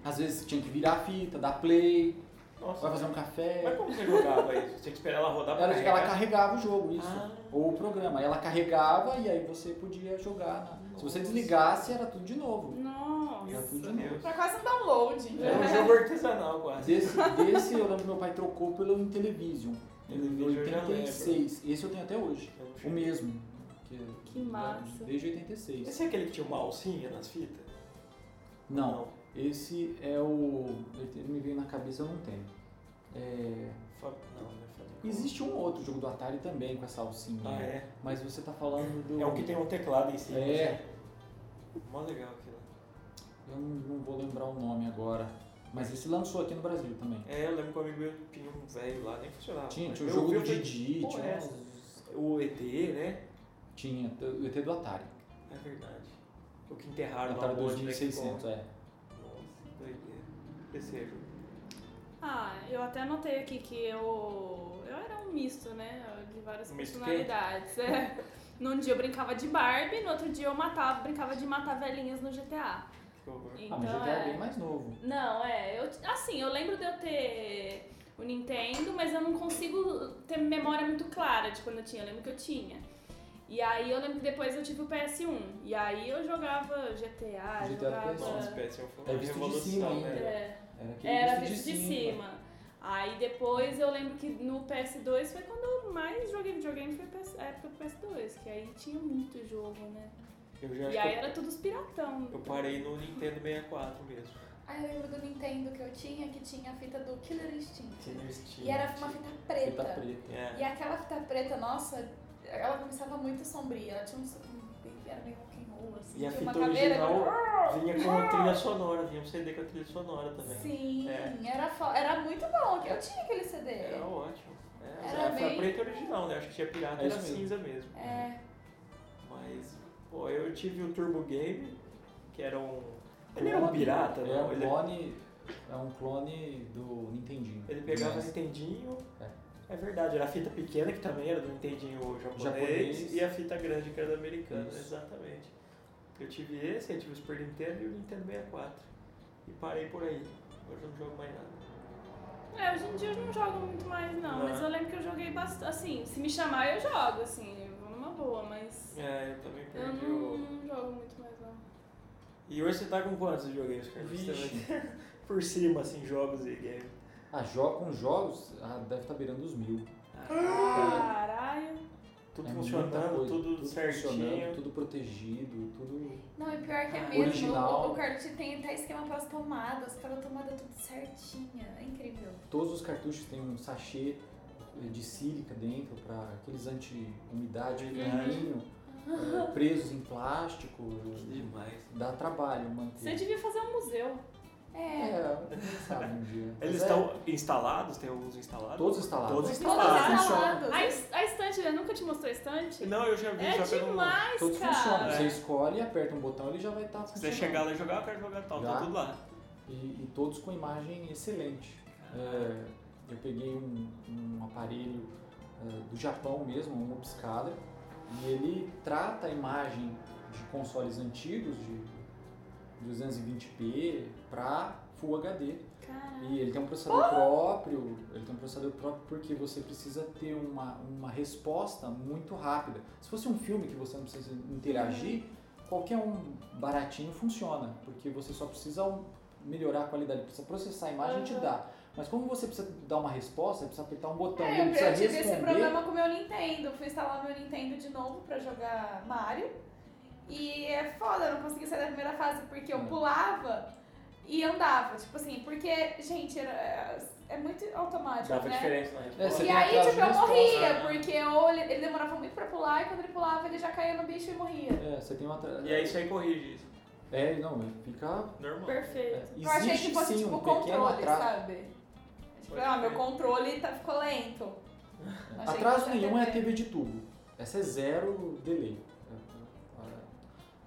[SPEAKER 1] às vezes tinha que virar a fita, dar play,
[SPEAKER 5] Nossa.
[SPEAKER 1] vai fazer um café.
[SPEAKER 5] Mas é? como você jogava isso? Você tinha que esperar ela rodar pra
[SPEAKER 1] Ela, ela
[SPEAKER 5] carregar?
[SPEAKER 1] carregava o jogo, isso.
[SPEAKER 5] Ah.
[SPEAKER 1] Ou o programa. Aí Ela carregava e aí você podia jogar. na- Se você desligasse, era tudo de novo. Era
[SPEAKER 3] Nossa!
[SPEAKER 1] tudo de novo.
[SPEAKER 5] Deus.
[SPEAKER 2] Pra quase um download.
[SPEAKER 5] Era um jogo artesanal quase.
[SPEAKER 1] Desse, desse eu lembro que meu pai trocou pelo Intellivision. Em
[SPEAKER 5] Intellivision eu já
[SPEAKER 1] 86. Esse eu tenho até hoje. O mesmo. Que, é
[SPEAKER 3] Que massa.
[SPEAKER 1] Desde 86.
[SPEAKER 5] Esse é aquele que tinha uma alcinha nas fitas?
[SPEAKER 1] Não, esse é o. Ele me veio na cabeça, eu não tenho. É,
[SPEAKER 5] Fa- Não, não é Famicom.
[SPEAKER 1] existe um outro jogo do Atari também com essa alcinha.
[SPEAKER 5] Ah, é?
[SPEAKER 1] Mas você tá falando do.
[SPEAKER 5] É o que tem um teclado em cima.
[SPEAKER 1] É.
[SPEAKER 5] assim. Mó legal aquilo.
[SPEAKER 1] Eu não, não vou lembrar o nome agora. Mas esse lançou aqui no Brasil também.
[SPEAKER 5] É, eu lembro que um amigo meu tinha um velho lá, nem funcionava.
[SPEAKER 1] Tinha,
[SPEAKER 5] Mas
[SPEAKER 1] tinha o
[SPEAKER 5] eu
[SPEAKER 1] jogo
[SPEAKER 5] vi,
[SPEAKER 1] do
[SPEAKER 5] eu falei,
[SPEAKER 1] Didi,
[SPEAKER 5] "Porra, é
[SPEAKER 1] tinha,
[SPEAKER 5] essa?"
[SPEAKER 1] uns-
[SPEAKER 5] O ET, né?
[SPEAKER 1] tinha t- o ET do Atari.
[SPEAKER 5] É verdade. O que enterraram lá
[SPEAKER 1] Atari
[SPEAKER 5] no monte de
[SPEAKER 1] 2600,
[SPEAKER 5] Mekong.
[SPEAKER 1] é.
[SPEAKER 5] Nossa, doideira. Esse é jogo.
[SPEAKER 3] Ah, eu até anotei aqui que eu. Eu era um misto, né? De várias
[SPEAKER 5] Um misto
[SPEAKER 3] personalidades. É. Num dia eu brincava de Barbie, no outro dia eu matava, brincava de matar velhinhas no GTA.
[SPEAKER 5] Que horror.
[SPEAKER 3] Então,
[SPEAKER 1] Ah, mas GTA é
[SPEAKER 3] é.
[SPEAKER 1] bem mais novo.
[SPEAKER 3] Não, é. Eu, assim, eu lembro de eu ter o Nintendo, mas eu não consigo ter memória muito clara de quando eu tinha. Eu lembro que eu tinha. E aí eu lembro que depois eu tive o PS1. E aí eu jogava GTA,
[SPEAKER 1] GTA
[SPEAKER 3] jogava.
[SPEAKER 1] PS1.
[SPEAKER 5] Nossa, o PS1 foi
[SPEAKER 1] É
[SPEAKER 5] uma
[SPEAKER 1] visto de
[SPEAKER 5] revolução,
[SPEAKER 1] cima ainda.
[SPEAKER 5] né?
[SPEAKER 3] É,
[SPEAKER 1] Era aquele
[SPEAKER 3] era
[SPEAKER 1] visto
[SPEAKER 3] visto de cima. Aí depois eu lembro que no PS2 foi quando eu mais joguei videogame, foi PS a época do PS2, que aí tinha muito jogo, né?
[SPEAKER 5] Eu já acho
[SPEAKER 3] E
[SPEAKER 5] que
[SPEAKER 3] aí
[SPEAKER 5] eu-
[SPEAKER 3] era todos piratão.
[SPEAKER 5] eu parei no Nintendo 64 mesmo.
[SPEAKER 2] Aí eu lembro do Nintendo que eu tinha, que tinha a fita do Killer Instinct.
[SPEAKER 1] um
[SPEAKER 5] Tinha no Steam.
[SPEAKER 2] E era uma fita
[SPEAKER 1] Fita
[SPEAKER 2] preta.
[SPEAKER 1] preta.
[SPEAKER 5] É.
[SPEAKER 2] E aquela fita preta, nossa, ela começava muito sombria. Ela tinha um. um- Era meio rock and roll, assim.
[SPEAKER 5] E a
[SPEAKER 2] tinha uma
[SPEAKER 5] fita
[SPEAKER 2] caveira.
[SPEAKER 5] original vinha com a trilha sonora, vinha um CD com a trilha sonora também.
[SPEAKER 2] Sim,
[SPEAKER 5] É.
[SPEAKER 2] era, fo- era muito bom. Eu tinha aquele CD.
[SPEAKER 5] Era É, ótimo. É,
[SPEAKER 2] É. Era
[SPEAKER 5] era
[SPEAKER 2] bem-
[SPEAKER 5] a preta original, né? Acho que tinha pirata,
[SPEAKER 1] É
[SPEAKER 5] era
[SPEAKER 1] isso mesmo.
[SPEAKER 5] cinza mesmo.
[SPEAKER 2] É.
[SPEAKER 5] Mas, pô, eu tive o Turbo Game, que era um. Ele era um pirata,
[SPEAKER 1] Ele
[SPEAKER 5] né?
[SPEAKER 1] é um
[SPEAKER 5] Ele,
[SPEAKER 1] clone, é um clone do Nintendinho.
[SPEAKER 5] ele pegava o
[SPEAKER 1] Mas
[SPEAKER 5] Nintendinho.
[SPEAKER 1] É.
[SPEAKER 5] É verdade, era a fita pequena, que também era do Nintendinho japonês,
[SPEAKER 1] Japonês.
[SPEAKER 5] e a fita grande, que era do americano,
[SPEAKER 1] Isso.
[SPEAKER 5] exatamente. Eu tive esse, eu tive o Super Nintendo e o Nintendo 64. E parei por aí. Hoje eu não jogo mais nada.
[SPEAKER 3] É, hoje em dia eu não jogo muito mais não,
[SPEAKER 5] Não.
[SPEAKER 3] mas eu lembro que eu joguei bastante, assim, se me chamar eu jogo, assim, eu vou numa boa, mas
[SPEAKER 5] É, eu também
[SPEAKER 3] eu
[SPEAKER 5] perdi
[SPEAKER 3] não,
[SPEAKER 5] o.
[SPEAKER 3] não jogo muito mais não.
[SPEAKER 5] E hoje você tá com quantos videogames, Carlos?
[SPEAKER 1] Vixe.
[SPEAKER 5] né? Por cima, assim, jogos e games.
[SPEAKER 1] Ah, jo com jogos, ah, deve estar beirando os mil.
[SPEAKER 3] Caralho.
[SPEAKER 5] Ah, Tudo
[SPEAKER 1] Ah, É muita
[SPEAKER 5] funcionando,
[SPEAKER 1] coisa,
[SPEAKER 5] tudo,
[SPEAKER 1] funcionando,
[SPEAKER 5] certinho.
[SPEAKER 1] tudo protegido, tudo.
[SPEAKER 2] Não, e pior que é mesmo.
[SPEAKER 1] Original.
[SPEAKER 2] O, o Carlos tem até esquema para as tomadas, cada tomada tudo certinha. É incrível.
[SPEAKER 1] Todos os cartuchos têm um sachê eh, de sílica dentro para aqueles
[SPEAKER 5] Uhum.
[SPEAKER 1] anti-umidade, fininho, eh, presos em plástico.
[SPEAKER 5] demais.
[SPEAKER 1] Dá trabalho manter.
[SPEAKER 3] Você devia fazer um museu.
[SPEAKER 2] É.
[SPEAKER 1] É, quem sabe um dia. Mas
[SPEAKER 5] Eles
[SPEAKER 1] é,
[SPEAKER 5] estão instalados? Tem alguns instalados?
[SPEAKER 1] todos instalados.
[SPEAKER 5] Todos
[SPEAKER 2] Todos
[SPEAKER 5] instalados.
[SPEAKER 1] é
[SPEAKER 2] instalados.
[SPEAKER 3] A, es- a estante, né? Nunca te mostrou a estante?
[SPEAKER 5] Não, eu já vi,
[SPEAKER 3] É
[SPEAKER 5] já pegou um-
[SPEAKER 3] demais,
[SPEAKER 1] Todos funcionam.
[SPEAKER 3] cara.
[SPEAKER 1] Você escolhe, aperta um botão, ele já vai estar
[SPEAKER 5] Se É. você
[SPEAKER 1] funcionando.
[SPEAKER 5] chegar lá e jogar, eu quero jogar tal,
[SPEAKER 1] Já?
[SPEAKER 5] tá tudo lá.
[SPEAKER 1] e, e todos com imagem excelente. É, eu peguei um, um aparelho é, do Japão mesmo, um Upscaler, e ele trata a imagem de consoles antigos de 220p para Full HD.
[SPEAKER 3] Caralho.
[SPEAKER 1] E ele tem um processador próprio, ele tem um processador próprio porque você precisa ter uma, uma resposta muito rápida. Se fosse um filme que você não precisa interagir,
[SPEAKER 2] Uhum.
[SPEAKER 1] qualquer um baratinho funciona, porque você só precisa um- melhorar a qualidade, precisa processar a imagem
[SPEAKER 2] Uhum.
[SPEAKER 1] e te dá. Mas como você precisa dar uma resposta, precisa apertar um botão e
[SPEAKER 2] É,
[SPEAKER 1] ele
[SPEAKER 2] eu, eu
[SPEAKER 1] precisa
[SPEAKER 2] tive esse
[SPEAKER 1] responder.
[SPEAKER 2] problema com o meu Nintendo. Fui instalar meu Nintendo de novo pra jogar Mario. E é foda, eu não consegui sair da primeira fase porque eu
[SPEAKER 1] Hum.
[SPEAKER 2] pulava e andava. Tipo assim, porque, gente, era, é- é muito automático,
[SPEAKER 5] Dava
[SPEAKER 2] né?
[SPEAKER 5] diferença na
[SPEAKER 1] É, você
[SPEAKER 5] resposta.
[SPEAKER 2] E
[SPEAKER 1] tem
[SPEAKER 2] aí,
[SPEAKER 1] atraso
[SPEAKER 2] tipo,
[SPEAKER 1] de
[SPEAKER 2] eu
[SPEAKER 1] resposta,
[SPEAKER 2] morria,
[SPEAKER 5] né?
[SPEAKER 2] porque eu, ele, ele demorava muito pra pular e quando ele pulava, ele já caía no bicho e morria.
[SPEAKER 1] É, você tem uma tra-
[SPEAKER 5] E aí isso aí corrige isso.
[SPEAKER 1] É, não, fica.
[SPEAKER 5] Normal.
[SPEAKER 3] Perfeito.
[SPEAKER 1] Existe
[SPEAKER 2] eu achei que fosse,
[SPEAKER 1] sim
[SPEAKER 2] tipo,
[SPEAKER 1] um pequeno
[SPEAKER 2] controle,
[SPEAKER 1] atraso.
[SPEAKER 2] sabe? Tipo,
[SPEAKER 5] Pode
[SPEAKER 2] ah, meu
[SPEAKER 5] crer.
[SPEAKER 2] controle tá, ficou lento. Achei que
[SPEAKER 1] Atraso
[SPEAKER 2] fosse a
[SPEAKER 1] nenhum é a
[SPEAKER 2] TV.
[SPEAKER 1] TV de tubo. Essa é zero delay.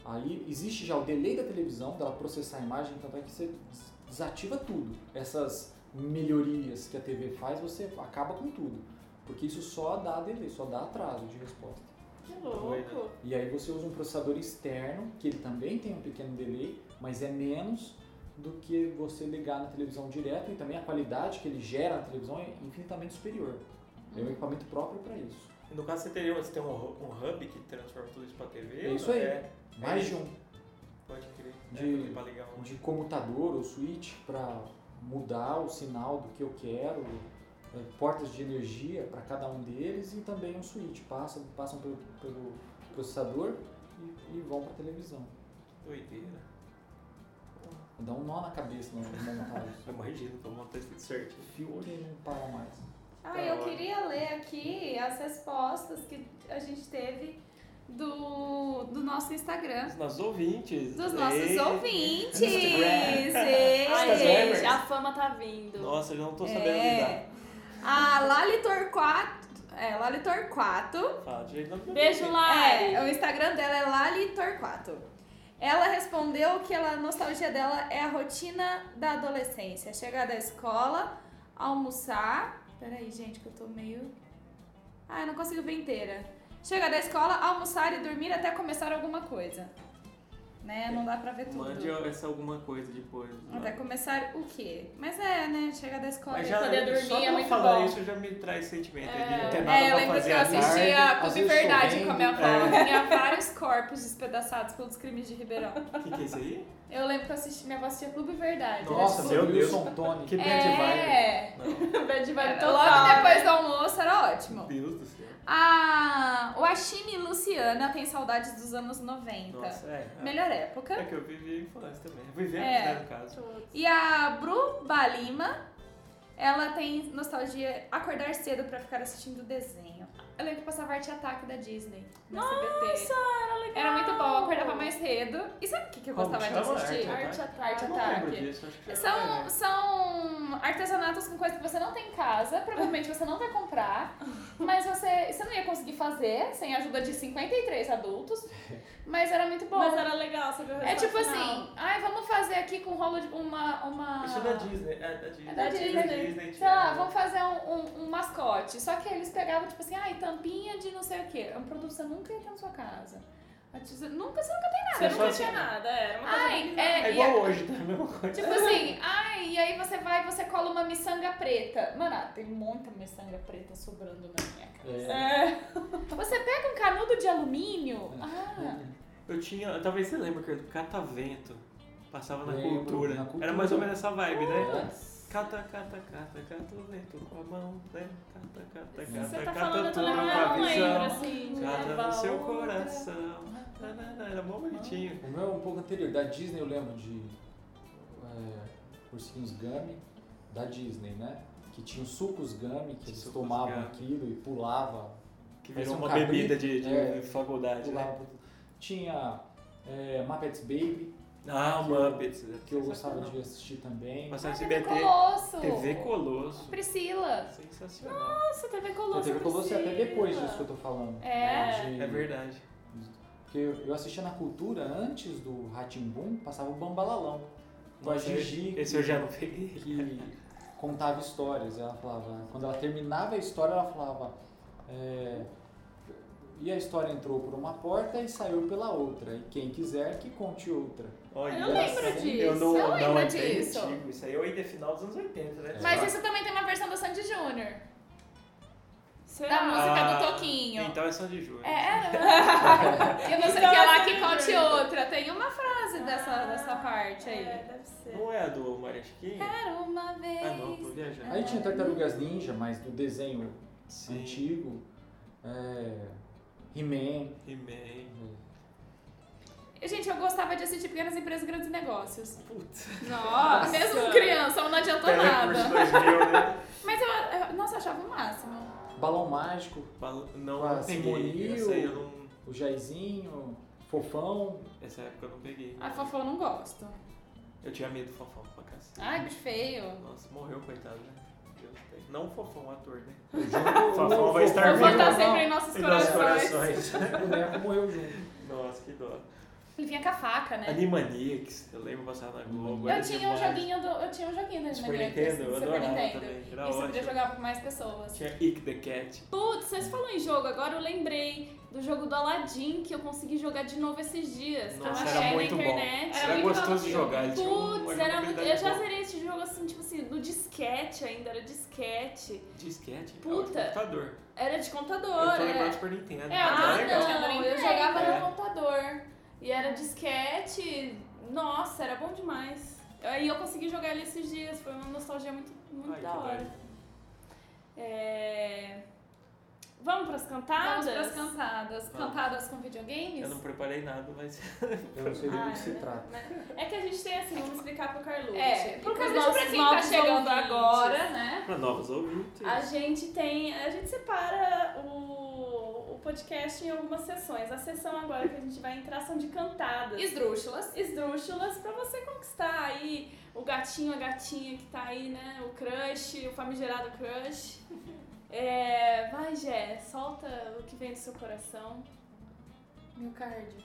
[SPEAKER 1] Aí existe já o delay da televisão, dela processar a imagem, tanto é que você des- desativa tudo. Essas melhorias que a TV faz, você acaba com tudo. Porque isso só dá delay, só dá atraso de resposta.
[SPEAKER 3] Que
[SPEAKER 5] né?
[SPEAKER 3] louco.
[SPEAKER 1] E aí você usa um processador externo, que ele também tem um pequeno delay, mas é menos do que você ligar na televisão direto e também a qualidade que ele gera na televisão é infinitamente superior. É um equipamento próprio para isso.
[SPEAKER 5] E No caso, você teria você tem um, hu- um hub que transforma tudo isso pra TV?
[SPEAKER 1] É isso aí.
[SPEAKER 5] É,
[SPEAKER 1] Mais de um
[SPEAKER 5] pode crer.
[SPEAKER 1] De-
[SPEAKER 5] É, pra ligar um.
[SPEAKER 1] de comutador ou switch para mudar o sinal do que eu quero, eh, portas de energia para cada um deles e também um switch. Passa, passam pelo, pelo processador e, e vão para televisão.
[SPEAKER 5] Doideira.
[SPEAKER 1] Dá um nó na cabeça na hora de montar isso.
[SPEAKER 5] Eu imagino, tô montando isso tudo certinho.
[SPEAKER 1] Fio que não para mais.
[SPEAKER 2] Ah,
[SPEAKER 5] Da
[SPEAKER 2] eu
[SPEAKER 5] hora.
[SPEAKER 2] queria ler aqui as respostas que a gente teve do, do nosso Instagram.
[SPEAKER 5] Dos nossos ouvintes.
[SPEAKER 2] Dos nossos
[SPEAKER 5] Ei.
[SPEAKER 2] ouvintes!
[SPEAKER 5] Instagram.
[SPEAKER 2] Ei. tá
[SPEAKER 3] Ai,
[SPEAKER 5] Instagram.
[SPEAKER 3] gente, a fama tá vindo.
[SPEAKER 5] Nossa, eu já não tô sabendo
[SPEAKER 2] É.
[SPEAKER 5] lidar.
[SPEAKER 2] A Lali Torquato. É, Lali Torquato.
[SPEAKER 5] Fala, direito, não-
[SPEAKER 3] Beijo, Lari.
[SPEAKER 2] É, o Instagram dela é Lali Torquato. Ela respondeu que ela, a nostalgia dela é a rotina da adolescência. Chegar da escola, almoçar. Peraí, gente, que eu tô meio. Ah, eu não consigo ver inteira. Chegar da escola, almoçar e dormir até começar alguma coisa. né? Não dá pra ver tudo.
[SPEAKER 5] Mande essa é alguma coisa depois.
[SPEAKER 2] Até começar o quê? Mas é, né? Chega da escola
[SPEAKER 5] Mas
[SPEAKER 2] e
[SPEAKER 5] já,
[SPEAKER 3] poder dormir
[SPEAKER 5] só pra
[SPEAKER 3] é muito
[SPEAKER 5] falar
[SPEAKER 3] bom.
[SPEAKER 5] isso já me traz sentimento de não
[SPEAKER 3] É.
[SPEAKER 5] ter nada
[SPEAKER 2] É, eu
[SPEAKER 5] pra
[SPEAKER 2] lembro que
[SPEAKER 5] fazer
[SPEAKER 2] eu
[SPEAKER 5] à tarde.
[SPEAKER 2] assistia
[SPEAKER 1] tarde,
[SPEAKER 2] Clube
[SPEAKER 1] às vezes
[SPEAKER 2] Verdade com a minha avó.
[SPEAKER 5] chovendo.
[SPEAKER 2] Tinha vários corpos despedaçados pelos crimes de Ribeirão.
[SPEAKER 5] O que, que é isso aí?
[SPEAKER 3] Eu lembro que eu assisti, minha avó assistia Clube Verdade.
[SPEAKER 1] Nossa,
[SPEAKER 5] Meu
[SPEAKER 1] meu
[SPEAKER 5] Deus.
[SPEAKER 1] Wilson Tony.
[SPEAKER 5] Que bad vibe.
[SPEAKER 2] É.
[SPEAKER 5] Não,
[SPEAKER 3] Bad vibe
[SPEAKER 2] Era,
[SPEAKER 3] total.
[SPEAKER 2] É. logo depois do almoço era
[SPEAKER 5] meu
[SPEAKER 2] ótimo.
[SPEAKER 5] Deus do céu.
[SPEAKER 2] Ah, o Ashimi Luciana tem saudades dos anos 90.
[SPEAKER 5] Nossa, é. é.
[SPEAKER 2] Então. Melhor época.
[SPEAKER 5] É que eu vivi infância também. Vivi
[SPEAKER 2] É.
[SPEAKER 5] né, no caso.
[SPEAKER 2] E a Bru Balima, ela tem nostalgia acordar cedo pra ficar assistindo desenho. Eu lembro que passava arte ataque da Disney no
[SPEAKER 3] Nossa,
[SPEAKER 2] SBT.
[SPEAKER 3] era legal.
[SPEAKER 2] Era muito bom, eu acordava mais cedo. E sabe o que, que eu
[SPEAKER 5] Como
[SPEAKER 2] gostava de
[SPEAKER 5] chama?
[SPEAKER 2] assistir?
[SPEAKER 5] Arte Ataque?
[SPEAKER 2] Arte
[SPEAKER 5] Eu não lembro
[SPEAKER 2] Ataque.
[SPEAKER 5] disso, acho que já era,
[SPEAKER 2] São,
[SPEAKER 5] né?
[SPEAKER 2] são artesanatos com coisa que você não tem em casa, provavelmente você não vai comprar, mas você, você não ia conseguir fazer sem a ajuda de 53 adultos, mas era muito bom.
[SPEAKER 3] Mas era legal, sabe? o
[SPEAKER 2] É
[SPEAKER 3] resultado
[SPEAKER 2] tipo
[SPEAKER 3] final.
[SPEAKER 2] assim, ai, vamos fazer aqui com um rolo de uma. uma...
[SPEAKER 5] Isso é da Disney. né? É da Disney.
[SPEAKER 2] É da Disney. Sei
[SPEAKER 5] tinha.
[SPEAKER 2] lá, vamos fazer um, um- um mascote. Só que eles pegavam, tipo assim, ai, tampinha de não sei o quê. É um produto que você nunca ia ter na sua casa. A tia- nunca, você nunca tem nada.
[SPEAKER 5] Você
[SPEAKER 3] Você
[SPEAKER 5] só
[SPEAKER 3] nunca
[SPEAKER 5] assim-
[SPEAKER 3] tinha nada, era uma coisa
[SPEAKER 2] Ai,
[SPEAKER 3] bem bizarra.
[SPEAKER 2] é,
[SPEAKER 5] É
[SPEAKER 2] e a-
[SPEAKER 5] igual hoje, tá? A mesma coisa.
[SPEAKER 2] Tipo assim, ai, e aí você vai e você cola uma miçanga preta. Mano, ah, tem muita miçanga preta sobrando na minha casa.
[SPEAKER 1] É,
[SPEAKER 3] É.
[SPEAKER 2] Você pega um canudo de alumínio. Ah,
[SPEAKER 5] Eu tinha. Talvez você lembra, Carlos, catavento. tá Passava na
[SPEAKER 1] Lembro,
[SPEAKER 5] cultura.
[SPEAKER 1] na cultura.
[SPEAKER 5] Era mais ou menos essa vibe, né?
[SPEAKER 1] Nossa.
[SPEAKER 5] Cata, cata, cata, cata o vento com a mão, né? Cata, cata, cata,
[SPEAKER 3] Você tá
[SPEAKER 5] cata
[SPEAKER 3] falando, eu tô
[SPEAKER 5] tudo com
[SPEAKER 3] lembrando,
[SPEAKER 5] a
[SPEAKER 3] eu não lembro,
[SPEAKER 5] visão.
[SPEAKER 3] assim.
[SPEAKER 5] Cata
[SPEAKER 3] Leva
[SPEAKER 5] no seu
[SPEAKER 3] outra.
[SPEAKER 5] coração. Nanana, Era mó bonitinho.
[SPEAKER 1] O meu é um pouco anterior. Da Disney eu lembro de é, Ursinhos Gummy, da Disney, né? Que tinha os sucos Gummy, que eles
[SPEAKER 5] Sucos
[SPEAKER 1] tomavam
[SPEAKER 5] Gummy.
[SPEAKER 1] aquilo e pulava.
[SPEAKER 5] Que
[SPEAKER 1] Parece
[SPEAKER 5] virou
[SPEAKER 1] um
[SPEAKER 5] uma
[SPEAKER 1] cabrito.
[SPEAKER 5] bebida de, de
[SPEAKER 1] É.
[SPEAKER 5] faculdade, né?
[SPEAKER 1] pulava pro- Tinha é, Muppets Baby,
[SPEAKER 5] Ah, o Muppets. né?
[SPEAKER 1] que eu gostava de assistir também.
[SPEAKER 5] Passava
[SPEAKER 2] TV
[SPEAKER 5] SBT.
[SPEAKER 2] Colosso.
[SPEAKER 5] TV Colosso.
[SPEAKER 2] Priscila.
[SPEAKER 5] Sensacional.
[SPEAKER 3] Nossa, TV Colosso.
[SPEAKER 1] Eu teve Colosso é até
[SPEAKER 3] Priscila.
[SPEAKER 1] depois disso que eu tô falando.
[SPEAKER 2] É.
[SPEAKER 1] né? De-
[SPEAKER 5] É verdade.
[SPEAKER 1] Porque eu assistia na cultura antes do Ratimbum, passava o Bambalalão. Com a
[SPEAKER 5] Nossa,
[SPEAKER 1] Gigi.
[SPEAKER 5] Esse eu já não peguei.
[SPEAKER 1] que contava histórias. Ela falava, quando ela terminava a história, ela falava. é, e a história entrou por uma porta e saiu pela outra. E quem quiser que conte outra.
[SPEAKER 5] Olha,
[SPEAKER 3] Eu lembro
[SPEAKER 5] assim,
[SPEAKER 3] disso,
[SPEAKER 5] Eu não,
[SPEAKER 2] eu
[SPEAKER 5] não,
[SPEAKER 2] lembro
[SPEAKER 5] é bem
[SPEAKER 2] disso.
[SPEAKER 5] antigo. Isso aí é ainda final dos anos 80, né?
[SPEAKER 2] Mas isso também tem uma versão do Sandy Júnior. Da
[SPEAKER 3] Será?
[SPEAKER 2] música
[SPEAKER 5] Ah,
[SPEAKER 2] do Toquinho.
[SPEAKER 5] Então é só de julho.
[SPEAKER 2] É, era. Eu não sei o que é lá que conte outra. Tem uma frase dessa, dessa parte
[SPEAKER 3] É,
[SPEAKER 2] aí.
[SPEAKER 3] deve ser.
[SPEAKER 5] Não é a do Maria Chiquinha?
[SPEAKER 2] Era uma
[SPEAKER 5] Ah, não, tô
[SPEAKER 2] vez.
[SPEAKER 5] viajando.
[SPEAKER 1] Aí tinha Tartarugas Ninja, mas do desenho
[SPEAKER 5] Sim.
[SPEAKER 1] antigo. É, He-Man.
[SPEAKER 5] He-Man.
[SPEAKER 2] Gente, eu gostava de assistir Pequenas Empresas Grandes Negócios.
[SPEAKER 5] Putz.
[SPEAKER 3] Nossa.
[SPEAKER 2] Mesmo criança, não adiantou
[SPEAKER 5] Telecurso
[SPEAKER 2] nada.
[SPEAKER 5] 2000, né?
[SPEAKER 2] Mas eu, eu- nossa, eu achava o máximo.
[SPEAKER 1] Balão Mágico,
[SPEAKER 5] Fala- Não,
[SPEAKER 1] Ah,
[SPEAKER 5] não peguei.
[SPEAKER 1] Simonil.
[SPEAKER 5] Essa aí eu não...
[SPEAKER 1] o Jaizinho, Fofão.
[SPEAKER 5] Essa época eu não peguei.
[SPEAKER 2] A Fofão eu não gosto.
[SPEAKER 5] Eu tinha medo do Fofão, pra cacete.
[SPEAKER 2] Ai, que feio.
[SPEAKER 5] Nossa, morreu, coitado, né? Deus tem. Não o Fofão, o ator, né?
[SPEAKER 1] O Jungle-
[SPEAKER 5] Fofão
[SPEAKER 1] o
[SPEAKER 5] vai estar
[SPEAKER 2] Eu
[SPEAKER 5] Fofão
[SPEAKER 2] vou
[SPEAKER 5] tá
[SPEAKER 2] estar sempre em nossos
[SPEAKER 5] Em nossos
[SPEAKER 2] corações.
[SPEAKER 5] corações.
[SPEAKER 1] O boneco morreu junto.
[SPEAKER 5] Nossa, que dó.
[SPEAKER 2] Ele vinha com a faca, né?
[SPEAKER 5] Animaniacs, eu lembro passar na Globo.
[SPEAKER 2] Eu
[SPEAKER 5] era
[SPEAKER 2] tinha um
[SPEAKER 5] é demais.
[SPEAKER 2] joguinho do. Eu tinha um joguinho da
[SPEAKER 5] Super
[SPEAKER 2] Animaniacs,
[SPEAKER 5] Nintendo, eu
[SPEAKER 2] Super
[SPEAKER 5] adorava
[SPEAKER 2] Nintendo.
[SPEAKER 5] também. Era
[SPEAKER 2] E você podia
[SPEAKER 5] ótimo.
[SPEAKER 2] jogar com mais pessoas.
[SPEAKER 5] Tinha Ick the Cat.
[SPEAKER 3] Putz, vocês falam em jogo, agora eu lembrei do jogo do Aladdin que eu consegui jogar de novo esses dias.
[SPEAKER 5] Nossa,
[SPEAKER 3] que eu
[SPEAKER 5] era
[SPEAKER 3] achei
[SPEAKER 5] muito
[SPEAKER 3] na
[SPEAKER 5] bom.
[SPEAKER 3] internet.
[SPEAKER 5] Era tipo um gostoso de jogar, ele tinha uma
[SPEAKER 3] Putz, era muito. Eu já
[SPEAKER 5] jogabilidade
[SPEAKER 3] zerei esse jogo assim, tipo assim, no disquete ainda, era disquete.
[SPEAKER 5] Disquete?
[SPEAKER 3] Puta.
[SPEAKER 5] É o computador.
[SPEAKER 3] Era de computador,
[SPEAKER 5] Eu tô lembrando do
[SPEAKER 3] é.
[SPEAKER 5] Super Nintendo.
[SPEAKER 3] É,
[SPEAKER 5] Ah,
[SPEAKER 3] ah,
[SPEAKER 5] legal.
[SPEAKER 3] não, eu
[SPEAKER 2] É.
[SPEAKER 3] jogava
[SPEAKER 5] É.
[SPEAKER 3] no computador. E era disquete. Nossa, era bom demais. Aí eu consegui jogar ele esses dias, foi uma nostalgia muito, muito
[SPEAKER 5] Ai,
[SPEAKER 3] da
[SPEAKER 5] que
[SPEAKER 3] hora.
[SPEAKER 5] doido.
[SPEAKER 3] É, Vamos pras cantadas?
[SPEAKER 2] Vamos pras cantadas.
[SPEAKER 5] Vamos.
[SPEAKER 2] Cantadas com
[SPEAKER 5] Eu
[SPEAKER 2] videogames?
[SPEAKER 5] não preparei nada, mas.
[SPEAKER 1] Eu não sei do
[SPEAKER 3] Ah,
[SPEAKER 1] que se
[SPEAKER 3] é.
[SPEAKER 1] trata.
[SPEAKER 3] É que a gente tem assim, vamos explicar pro Carlucci.
[SPEAKER 2] É,
[SPEAKER 3] e
[SPEAKER 2] por
[SPEAKER 3] pros
[SPEAKER 2] causa de pra
[SPEAKER 3] nossos
[SPEAKER 2] quem tá
[SPEAKER 3] novos
[SPEAKER 2] chegando
[SPEAKER 3] ouvintes.
[SPEAKER 2] agora, né?
[SPEAKER 5] pra novos ouvintes.
[SPEAKER 3] A gente tem. A gente separa o, o podcast em algumas sessões. A sessão agora que a gente vai entrar são de cantadas.
[SPEAKER 2] Esdrúxulas.
[SPEAKER 3] esdrúxulas pra você conquistar aí o gatinho, a gatinha que tá aí, né? O crush, o famigerado crush. É, vai, Jé, solta o que vem do seu coração.
[SPEAKER 2] Miocárdio.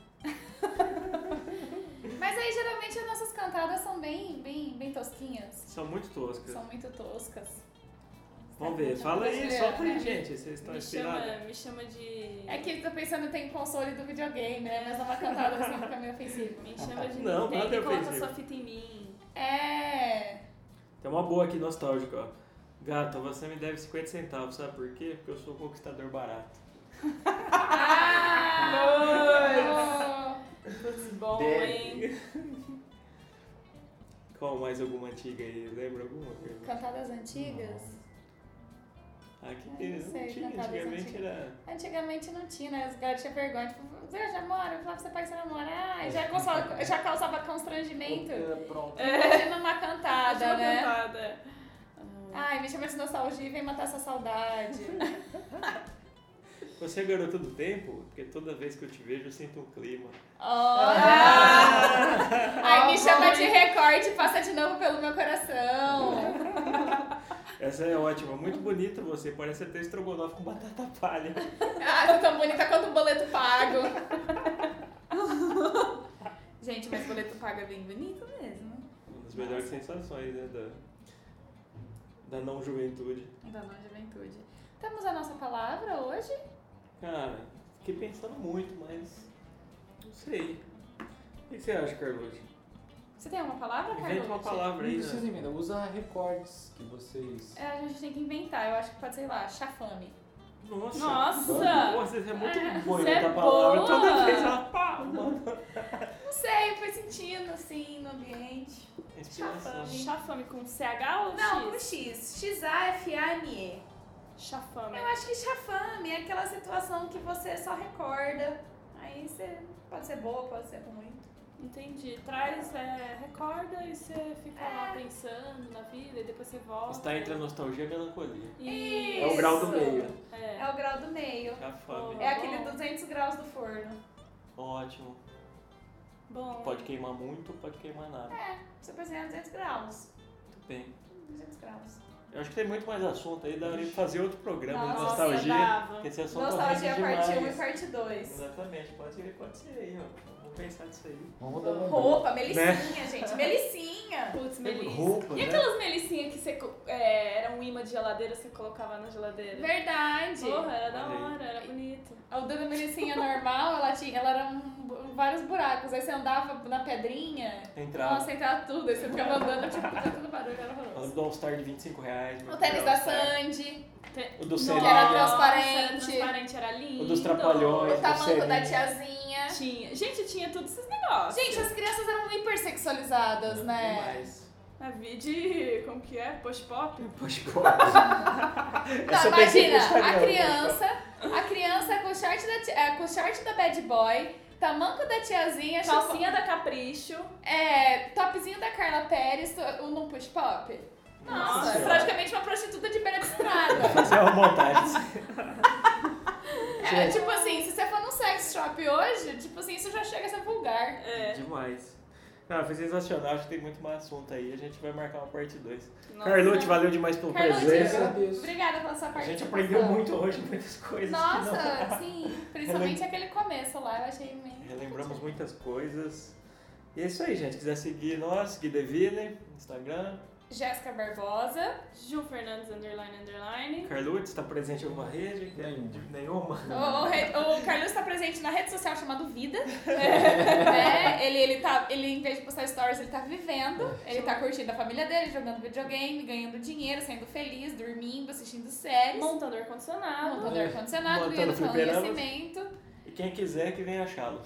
[SPEAKER 2] Mas aí geralmente as nossas cantadas são bem, bem, bem tosquinhas.
[SPEAKER 5] São muito toscas.
[SPEAKER 2] São muito toscas.
[SPEAKER 5] Vamos ver. Fala aí,
[SPEAKER 2] brasileiro,
[SPEAKER 5] solta aí,
[SPEAKER 2] né?
[SPEAKER 5] gente. Vocês estão
[SPEAKER 3] Me chama,
[SPEAKER 5] inspirados?
[SPEAKER 3] me chama de.
[SPEAKER 2] É que eu tô pensando tem console do videogame, né? Mas uma cantada assim fica meio ofensivo.
[SPEAKER 3] Me chama de
[SPEAKER 5] Ah, Não,
[SPEAKER 3] Nintendo
[SPEAKER 5] nada
[SPEAKER 3] e coloca
[SPEAKER 5] ofensivo.
[SPEAKER 3] sua fita em mim.
[SPEAKER 2] É.
[SPEAKER 5] Tem uma boa aqui nostálgica, ó. Gato, você me deve 50 centavos, sabe por quê? Porque eu sou um conquistador barato.
[SPEAKER 2] Ah!
[SPEAKER 3] Putz, bom,
[SPEAKER 1] Deve.
[SPEAKER 3] hein?
[SPEAKER 5] Qual mais alguma antiga aí? Lembra alguma?
[SPEAKER 2] Oh. Cantadas antigas?
[SPEAKER 5] Aqui
[SPEAKER 2] Ai,
[SPEAKER 5] tem
[SPEAKER 2] não sei,
[SPEAKER 5] Ah, antiga,
[SPEAKER 2] cantadas
[SPEAKER 5] antigamente
[SPEAKER 2] antigas.
[SPEAKER 5] era.
[SPEAKER 2] Antigamente não tinha, né? Os caras tinham vergonha. Tipo, você já mora? Eu falava, você pai, você namora? Ah, já, consola- já causava
[SPEAKER 3] Então,
[SPEAKER 2] constrangimento.
[SPEAKER 1] É, pronto.
[SPEAKER 2] Imagina uma cantada,
[SPEAKER 3] Uma
[SPEAKER 2] né?
[SPEAKER 3] cantada.
[SPEAKER 2] Ai, me chama de nostalgia e vem matar essa saudade.
[SPEAKER 5] Você é garota do tempo? Porque toda vez que eu te vejo eu sinto um clima.
[SPEAKER 2] Olha! Ai, me chama de recorte, passa de novo pelo meu coração.
[SPEAKER 5] Essa é ótima, muito bonita você, parece até estrogonofe com batata palha.
[SPEAKER 2] Ah, tô tão bonita quanto um boleto pago.
[SPEAKER 4] Gente, mas boleto paga é bem bonito mesmo.
[SPEAKER 5] Uma das melhores sensações, né? Da, da não juventude.
[SPEAKER 4] Da não juventude.
[SPEAKER 2] Temos a nossa palavra hoje?
[SPEAKER 5] Cara, fiquei pensando muito, mas. Não sei. O que você acha, Carlucci?
[SPEAKER 2] Você tem uma palavra, Carlos?
[SPEAKER 5] Inventa uma palavra
[SPEAKER 1] Não
[SPEAKER 5] aí,
[SPEAKER 1] precisa
[SPEAKER 5] né?
[SPEAKER 1] emenda, usa recordes que vocês.
[SPEAKER 2] É, a gente tem que
[SPEAKER 3] Tá,
[SPEAKER 2] inventar. Eu acho que pode, sei lá, chafame.
[SPEAKER 5] Nossa!
[SPEAKER 3] Nossa!
[SPEAKER 5] Nossa, você é muito
[SPEAKER 2] É,
[SPEAKER 5] bom em
[SPEAKER 3] você é
[SPEAKER 5] inventar palavra.
[SPEAKER 3] boa.
[SPEAKER 5] Toda vez ela pá, manda.
[SPEAKER 2] Não sei, foi sentindo assim no ambiente.
[SPEAKER 5] Inspiração.
[SPEAKER 3] Chafame com CH ou
[SPEAKER 2] Não, com
[SPEAKER 3] X?
[SPEAKER 2] X. X-A-F-A-M-E.
[SPEAKER 3] Chafame.
[SPEAKER 2] Eu acho que chafame é aquela situação que você só recorda. Aí você pode ser boa, pode ser ruim.
[SPEAKER 3] Entendi. Traz, é, recorda e você fica
[SPEAKER 2] É.
[SPEAKER 3] lá pensando na vida e depois você volta.
[SPEAKER 5] Está entre a nostalgia e a melancolia.
[SPEAKER 3] E...
[SPEAKER 5] É o grau do meio.
[SPEAKER 3] É.
[SPEAKER 2] É o grau do meio.
[SPEAKER 5] É a fome.
[SPEAKER 2] É aquele 200 graus do forno.
[SPEAKER 5] Ótimo.
[SPEAKER 3] Bom.
[SPEAKER 5] Pode queimar muito, pode queimar nada.
[SPEAKER 2] Você pensa em 200 graus.
[SPEAKER 5] Muito bem.
[SPEAKER 2] 200 graus.
[SPEAKER 5] Eu acho que tem muito mais assunto aí, daria pra fazer outro programa de
[SPEAKER 2] Nossa,
[SPEAKER 5] nostalgia.
[SPEAKER 3] dava.
[SPEAKER 5] Porque esse assunto
[SPEAKER 2] Nostalgia
[SPEAKER 5] rende
[SPEAKER 2] parte 1
[SPEAKER 5] demais. Né?
[SPEAKER 2] e parte 2.
[SPEAKER 5] Exatamente, pode ser, pode ser aí, ó. Vamos pensar nisso aí.
[SPEAKER 1] Vamos dar uma
[SPEAKER 2] Roupa, melicinha, gente. Melicinha.
[SPEAKER 3] Putz, Melissa.
[SPEAKER 5] Roupa,
[SPEAKER 3] E
[SPEAKER 5] né?
[SPEAKER 3] aquelas melicinhas que você co- é, era um imã de geladeira, você colocava na geladeira?
[SPEAKER 2] Verdade.
[SPEAKER 3] Porra, era da
[SPEAKER 5] Olha aí.
[SPEAKER 3] hora, era bonito.
[SPEAKER 2] A Dona Melicinha normal, ela, tinha, ela era um, bu- vários buracos. Aí você andava na pedrinha,
[SPEAKER 5] Entrava.
[SPEAKER 2] nossa, entrava tudo. Aí você ficava andando, tipo, fazia todo barulho, era
[SPEAKER 5] Eu lembro
[SPEAKER 2] horroroso.
[SPEAKER 5] do All-Star de 25 reais.
[SPEAKER 2] O tênis da Sandy,
[SPEAKER 5] O do
[SPEAKER 3] Nossa,
[SPEAKER 5] Senado.
[SPEAKER 2] Que era transparente.
[SPEAKER 3] Era transparente, era lindo.
[SPEAKER 5] O dos trapalhões.
[SPEAKER 2] o
[SPEAKER 5] do
[SPEAKER 2] tamanco da
[SPEAKER 5] Serinho.
[SPEAKER 2] tiazinha.
[SPEAKER 3] Tinha. Gente, tinha todos esses negócios.
[SPEAKER 2] Gente, as crianças eram hipersexualizadas, né?
[SPEAKER 5] Demais.
[SPEAKER 3] A vídeo, como que é? Post-pop?
[SPEAKER 5] Poxa, Essa
[SPEAKER 2] Não,
[SPEAKER 1] é
[SPEAKER 5] eu pensei
[SPEAKER 2] Tá, imagina,
[SPEAKER 5] no Instagram,
[SPEAKER 2] a criança, a criança com o short da, ti- é, com o short da bad boy, tamanco da tiazinha,
[SPEAKER 3] Calcinha
[SPEAKER 2] calcinha,
[SPEAKER 3] da Capricho.
[SPEAKER 2] é, topzinho da Carla Pérez, o num push pop. Nossa,
[SPEAKER 5] Senhora.
[SPEAKER 2] praticamente uma prostituta de beira de estrada.
[SPEAKER 5] Isso é uma montagem.
[SPEAKER 2] É, tipo assim, se você for num sex shop hoje, tipo assim, isso já chega a ser vulgar.
[SPEAKER 3] É.
[SPEAKER 5] Demais. Não, foi sensacional, acho que tem muito mais assunto aí. A gente vai marcar uma parte 2.
[SPEAKER 3] Nossa.
[SPEAKER 5] Carlucci, valeu demais pela
[SPEAKER 2] Carlucci,
[SPEAKER 5] presença.
[SPEAKER 1] agradeço.
[SPEAKER 2] Obrigada pela sua
[SPEAKER 5] A
[SPEAKER 2] participação.
[SPEAKER 5] gente aprendeu muito hoje, muitas coisas. que não-
[SPEAKER 2] Nossa, sim. Principalmente aquele começo lá, eu achei meio... tipo
[SPEAKER 5] Relembramos muitas coisas. E é isso aí, gente. Quiser seguir nós, Gui Devine, Instagram.
[SPEAKER 2] Jéssica Barbosa.
[SPEAKER 3] Ju Fernandes, underline, underline.
[SPEAKER 5] Carlucci, está presente em alguma rede?
[SPEAKER 1] Nenhuma.
[SPEAKER 5] De- Nenhuma.
[SPEAKER 2] O, o, re- o Carlos está presente na rede social chamada Vida. né? ele, ele, tá, ele, em vez de postar stories, ele tá vivendo. Ele tá curtindo a família dele, jogando videogame, ganhando dinheiro, sendo feliz, dormindo, assistindo séries. Tá
[SPEAKER 3] Montando ar-condicionado.
[SPEAKER 2] Montando ar-condicionado,
[SPEAKER 5] Montando
[SPEAKER 2] ganhando
[SPEAKER 5] fliperamas.
[SPEAKER 2] conhecimento.
[SPEAKER 5] E quem quiser que venha achá-lo.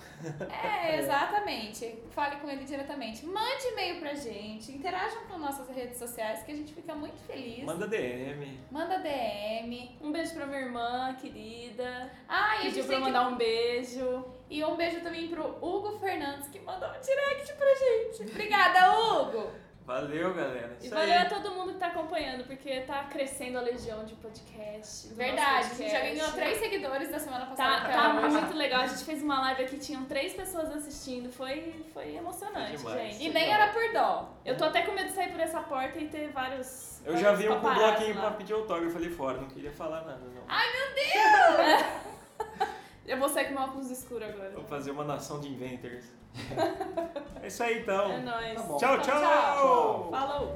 [SPEAKER 2] É, exatamente. Fale com ele diretamente. Mande e-mail pra gente, interajam com nossas redes sociais, que a gente fica muito feliz.
[SPEAKER 5] Manda DM.
[SPEAKER 2] Manda DM.
[SPEAKER 3] Um beijo pra minha irmã, querida.
[SPEAKER 2] Ah, e a
[SPEAKER 3] Pediu
[SPEAKER 2] gente
[SPEAKER 3] pra
[SPEAKER 2] tem
[SPEAKER 3] eu
[SPEAKER 2] que...
[SPEAKER 3] mandar um beijo.
[SPEAKER 2] E um beijo também pro Hugo Fernandes, que mandou um direct pra gente. Obrigada, Hugo!
[SPEAKER 5] Valeu, galera. Isso
[SPEAKER 3] E
[SPEAKER 5] aí.
[SPEAKER 3] valeu a todo mundo que tá acompanhando, porque tá crescendo a legião de podcast. do
[SPEAKER 2] Verdade,
[SPEAKER 3] nosso
[SPEAKER 2] a gente já ganhou
[SPEAKER 3] podcast.
[SPEAKER 2] três seguidores da semana
[SPEAKER 3] Tá,
[SPEAKER 2] passada.
[SPEAKER 3] tá
[SPEAKER 2] pela-
[SPEAKER 3] muito legal. A gente fez uma live aqui, tinham três pessoas assistindo. Foi, foi emocionante,
[SPEAKER 5] Foi demais.
[SPEAKER 3] gente.
[SPEAKER 2] E nem era por dó.
[SPEAKER 3] Eu tô até com medo de sair por essa porta e ter vários.
[SPEAKER 5] Eu já vi um com
[SPEAKER 3] paparazzi
[SPEAKER 5] bloquinho
[SPEAKER 3] lá.
[SPEAKER 5] pra pedir autógrafo ali fora, não queria falar nada, não.
[SPEAKER 3] Eu vou sair É com meu óculos escuro agora.
[SPEAKER 1] Tá
[SPEAKER 5] Vou fazer uma nação de inventors. é isso aí, então.
[SPEAKER 3] É nóis.
[SPEAKER 1] Tá bom.
[SPEAKER 5] Tchau, tchau!
[SPEAKER 1] Tchau.
[SPEAKER 3] Falou!